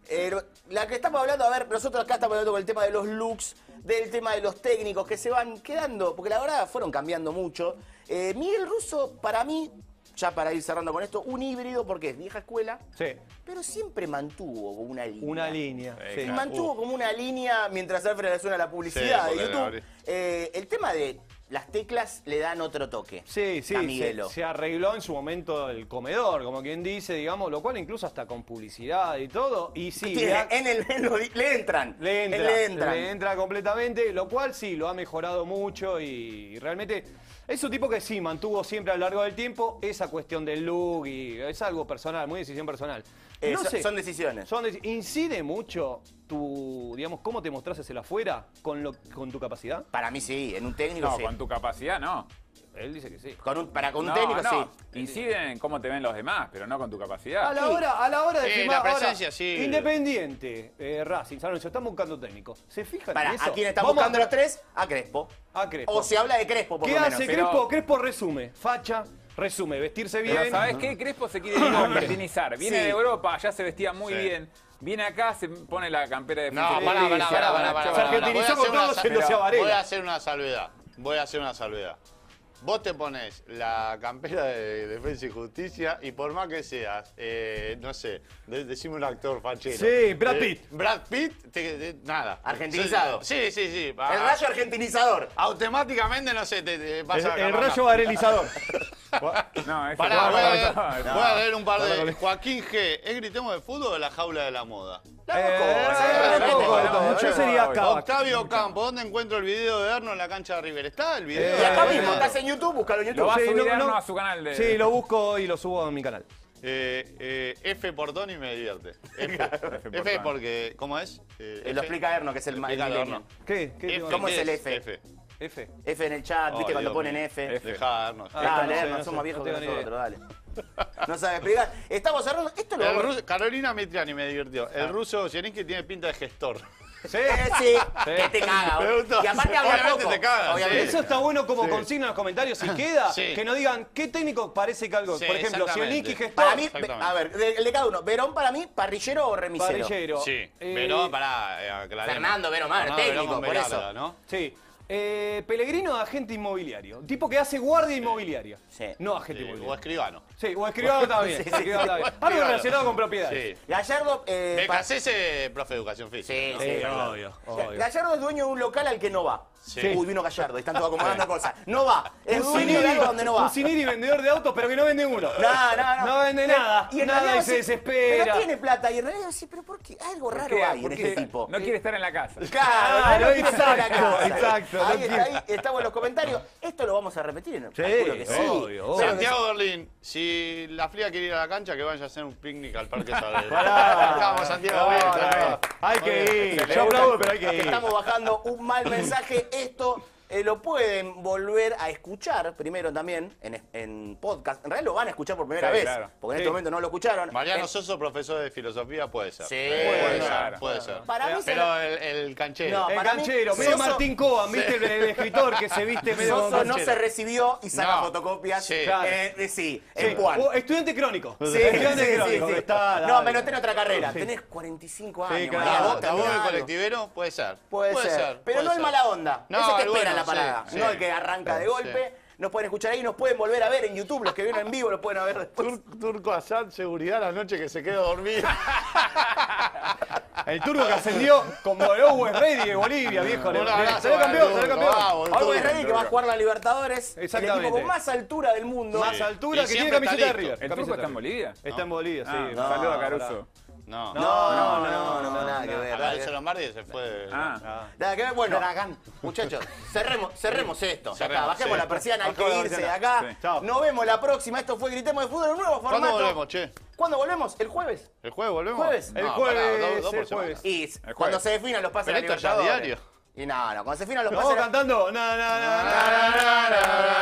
Eh, la que estamos hablando, a ver, nosotros acá estamos hablando con el tema de los looks, del tema de los técnicos que se van quedando, porque la verdad fueron cambiando mucho. Eh, Miguel Russo, para mí, ya para ir cerrando con esto, un híbrido porque es vieja escuela, Sí, pero siempre mantuvo una línea. una línea. Eh, sí. Y claro. mantuvo como una línea mientras Alfred le suena la publicidad de Sí, porque la YouTube. abrí. Eh, el tema de las teclas le dan otro toque. Sí, sí, a se, Miguelo. se arregló en su momento el comedor, como quien dice, digamos, lo cual incluso hasta con publicidad y todo. Y sí, Tiene- le, ha- en el, en lo- le entran. le entra, Le entran. le entra completamente, lo cual sí, lo ha mejorado mucho y, realmente es un tipo que sí mantuvo siempre a lo largo del tiempo esa cuestión del look y es algo personal, muy decisión personal. Eh, no son- sé, Son decisiones. son de- incide mucho tu, digamos, cómo te mostrás hacia el afuera con, lo, con tu capacidad. Para mí sí, en un técnico No, sí. con tu capacidad no. Él dice que sí. Con un- para con un No, técnico no. sí. Inciden en cómo te ven los demás, pero no con tu A capacidad. la hora, a la hora de Ah, Sí, Eh, firmar, la ahora, presencia, sí. Independiente, eh, Racing, San Lorenzo, están buscando técnico. ¿Se fijan Para, en eso? ¿a quién están Vamos- buscando los tres? A Crespo. A Crespo. O se habla de Crespo, por ¿Qué lo menos. hace pero- Crespo? Crespo resume. Facha, resume. Vestirse bien. Pero ¿sabes qué? Crespo se quiere argentinizar. Viene Sí. de Europa, allá se vestía muy Sí. bien. Viene acá, se pone la campera de No, Francia. pará, pará, pará, pará, pará. Se pará, pará. argentinizó Voy a hacer con una todo sa- yéndose pero a Varela. Voy a hacer una salvedad. Voy a hacer una salvedad. Vos te pones la campera de Defensa y Justicia y por más que seas, eh, no sé, de- decime un actor fachero. Sí, Brad Eh, Pitt. Brad Pitt, te- te- nada. Argentinizado. Sí, sí, sí. Ah, El rayo argentinizador. Automáticamente, no sé, te, te pasa El, el capaz. rayo varelizador. No, Pará, eso no, voy, a no, leer, no, voy a leer un par de. Joaquín G. ¿Es gritemos de fútbol o la jaula de la moda? Eh, no, un poco de no, todo. no, Yo no, sería no, Cavac. Octavio Campo, ¿dónde encuentro el video de Erno en la cancha de River? ¿Está el video? Y acá Eh, mismo, claro. estás en YouTube, búscalo en Lo YouTube. va a Sí, subir no, Erno no. a su canal de. Sí, lo busco y lo subo a mi canal. Eh, eh, F por Tony me divierte. F, por F Tony. porque, ¿cómo es? Eh, Eh, Lo F- explica Erno, que es el Lo más. explica el Erno. millennial. ¿Qué? ¿Qué F, tengo ¿Cómo que- es ¿qué el F? F. F. F en el chat, Oh, viste cuando Dios ponen mío. F. Dejá a Erno. Ah, Dale, no sé, Erno, no somos sé, viejos no que tengo ni nosotros, dale. No sabes explicar. Estamos cerrando. Esto lo El vamos- ruso- Carolina Mitriani me divirtió. El ruso que tiene pinta de gestor. Sí. Eh, sí, que te caga. Me gustó. Y aparte habla Obviamente poco. te caga, Obviamente. sí. Eso está bueno como consigna en los comentarios. Si queda, Sí. que nos digan qué técnico parece que algo. Sí, Por ejemplo, si el exactamente. Nicky gestor. Para mí, Exactamente. a ver, de- el de cada uno. Verón para mí, parrillero o remisero. Parrillero. Sí, Eh, Verón, pará, eh, aclaremos. Fernando Verón, madre, Fernando Verón técnico, con por Berarda, eso. ¿no? Sí. Eh, Pellegrino, agente inmobiliario. Tipo que hace guardia inmobiliaria. Sí. No agente Sí, Eh, o inmobiliario. escribano. Sí, o escribano también. Sí, sí. escribano también. Algo Escribano. relacionado con propiedades. Sí. Gallardo. eh, Me pa- casé ese profe de educación física. Sí, ¿no? sí, claro. obvio, Ga- Gallardo es dueño de un local al que no va. Sí. Uy, vino Gallardo, y están todos acomodando cosas. No va. Es dueño de algo donde no un va. Ciniri vendedor de autos, pero que no vende uno. No, no, no. No vende Pero- nada. en Nada realidad y se sí, desespera. Pero tiene plata. Y en realidad sí, pero ¿por qué? Algo raro ¿Qué? hay en Porque este tipo. No quiere estar en la casa. Claro, Claro, no quiere estar en la exacto, casa. exacto, Ahí, no está, quiere. ahí estamos en los comentarios. Esto lo vamos a repetir en el calculo que sí. obvio, obvio. Claro que sí. Santiago Berlín, si la fría quiere ir a la cancha, que vaya a hacer un picnic al Parque Saavedra. Vamos, Santiago, bien, Pará, bien. Hay Muy bien, que ir. excelente. Yo aplaudo, pero hay que que ir. estamos bajando un mal mensaje. Esto eh, lo pueden volver a escuchar primero también en, en podcast. En realidad lo van a escuchar por primera Sí, vez, claro. porque en Sí. este momento no lo escucharon. Mariano En- Soso, profesor de filosofía, puede ser. Sí. puede Claro. ser. Puede ser. Para mí se Pero el, el canchero. No, El para mí, canchero, medio Soso- Martín Coan, ¿viste? El, el escritor que se viste medio Soso con no canchero. se recibió y saca No. fotocopias. Sí. eh, de- sí, Sí. en Juan. O Oh, Estudiante crónico. Sí, sí, Estudiante sí, crónico. sí. que está, no, dale. me noté en otra carrera. Tenés 45 años. claro. La Mariano, voz, la voz del claro. colectivero puede ser. Puede, ser. Pero puede no el ser. mala onda. No, Ese que el espera en bueno, la parada. sí, No sí. el que arranca de Sí. golpe. Nos pueden escuchar ahí, nos pueden volver a ver en YouTube. Los que vieron en vivo lo pueden ver después. Tur- Turco Assad, seguridad la noche que se queda dormido. El turco que ascendió como el Owens Ready de Bolivia, viejo. Un Le- abrazo Salió para el campeón, salió turco, campeón. vamos, Algo es turco, Ready que va a turco. jugar la Libertadores. El equipo Exactamente. con más altura del mundo. Más altura Y que tiene siempre camiseta de está listo. River. ¿El turco Camiseta está en de River. Bolivia? Está en Bolivia, sí. Ah, No, saludo a pará. Caruso. No. No, eh, no, no, nada que ver. Acá nada que Enzo ver. Lombardi se fue. de- Ah, Nada que ver. Bueno, muchachos, cerremos, cerremos esto. Ya está, Cerremos, bajemos sí. la persiana, hay que Bajemos la irse de persiana. acá. Sí. Chao. Nos vemos la próxima. Esto fue Gritemos de Fútbol, un nuevo formato. ¿Cuándo volvemos, che? ¿Cuándo volvemos? ¿El jueves? ¿El jueves volvemos? Jueves. El No, jueves, pará, dos- dos el por semana. jueves. Y jueves. cuando se definan los pases Pero de la esto ya Libertadores. diario. Y no, no, cuando se definan los ¿Nos vamos pases de la- cantando? No, no, no, no. Na, na, na, na, na.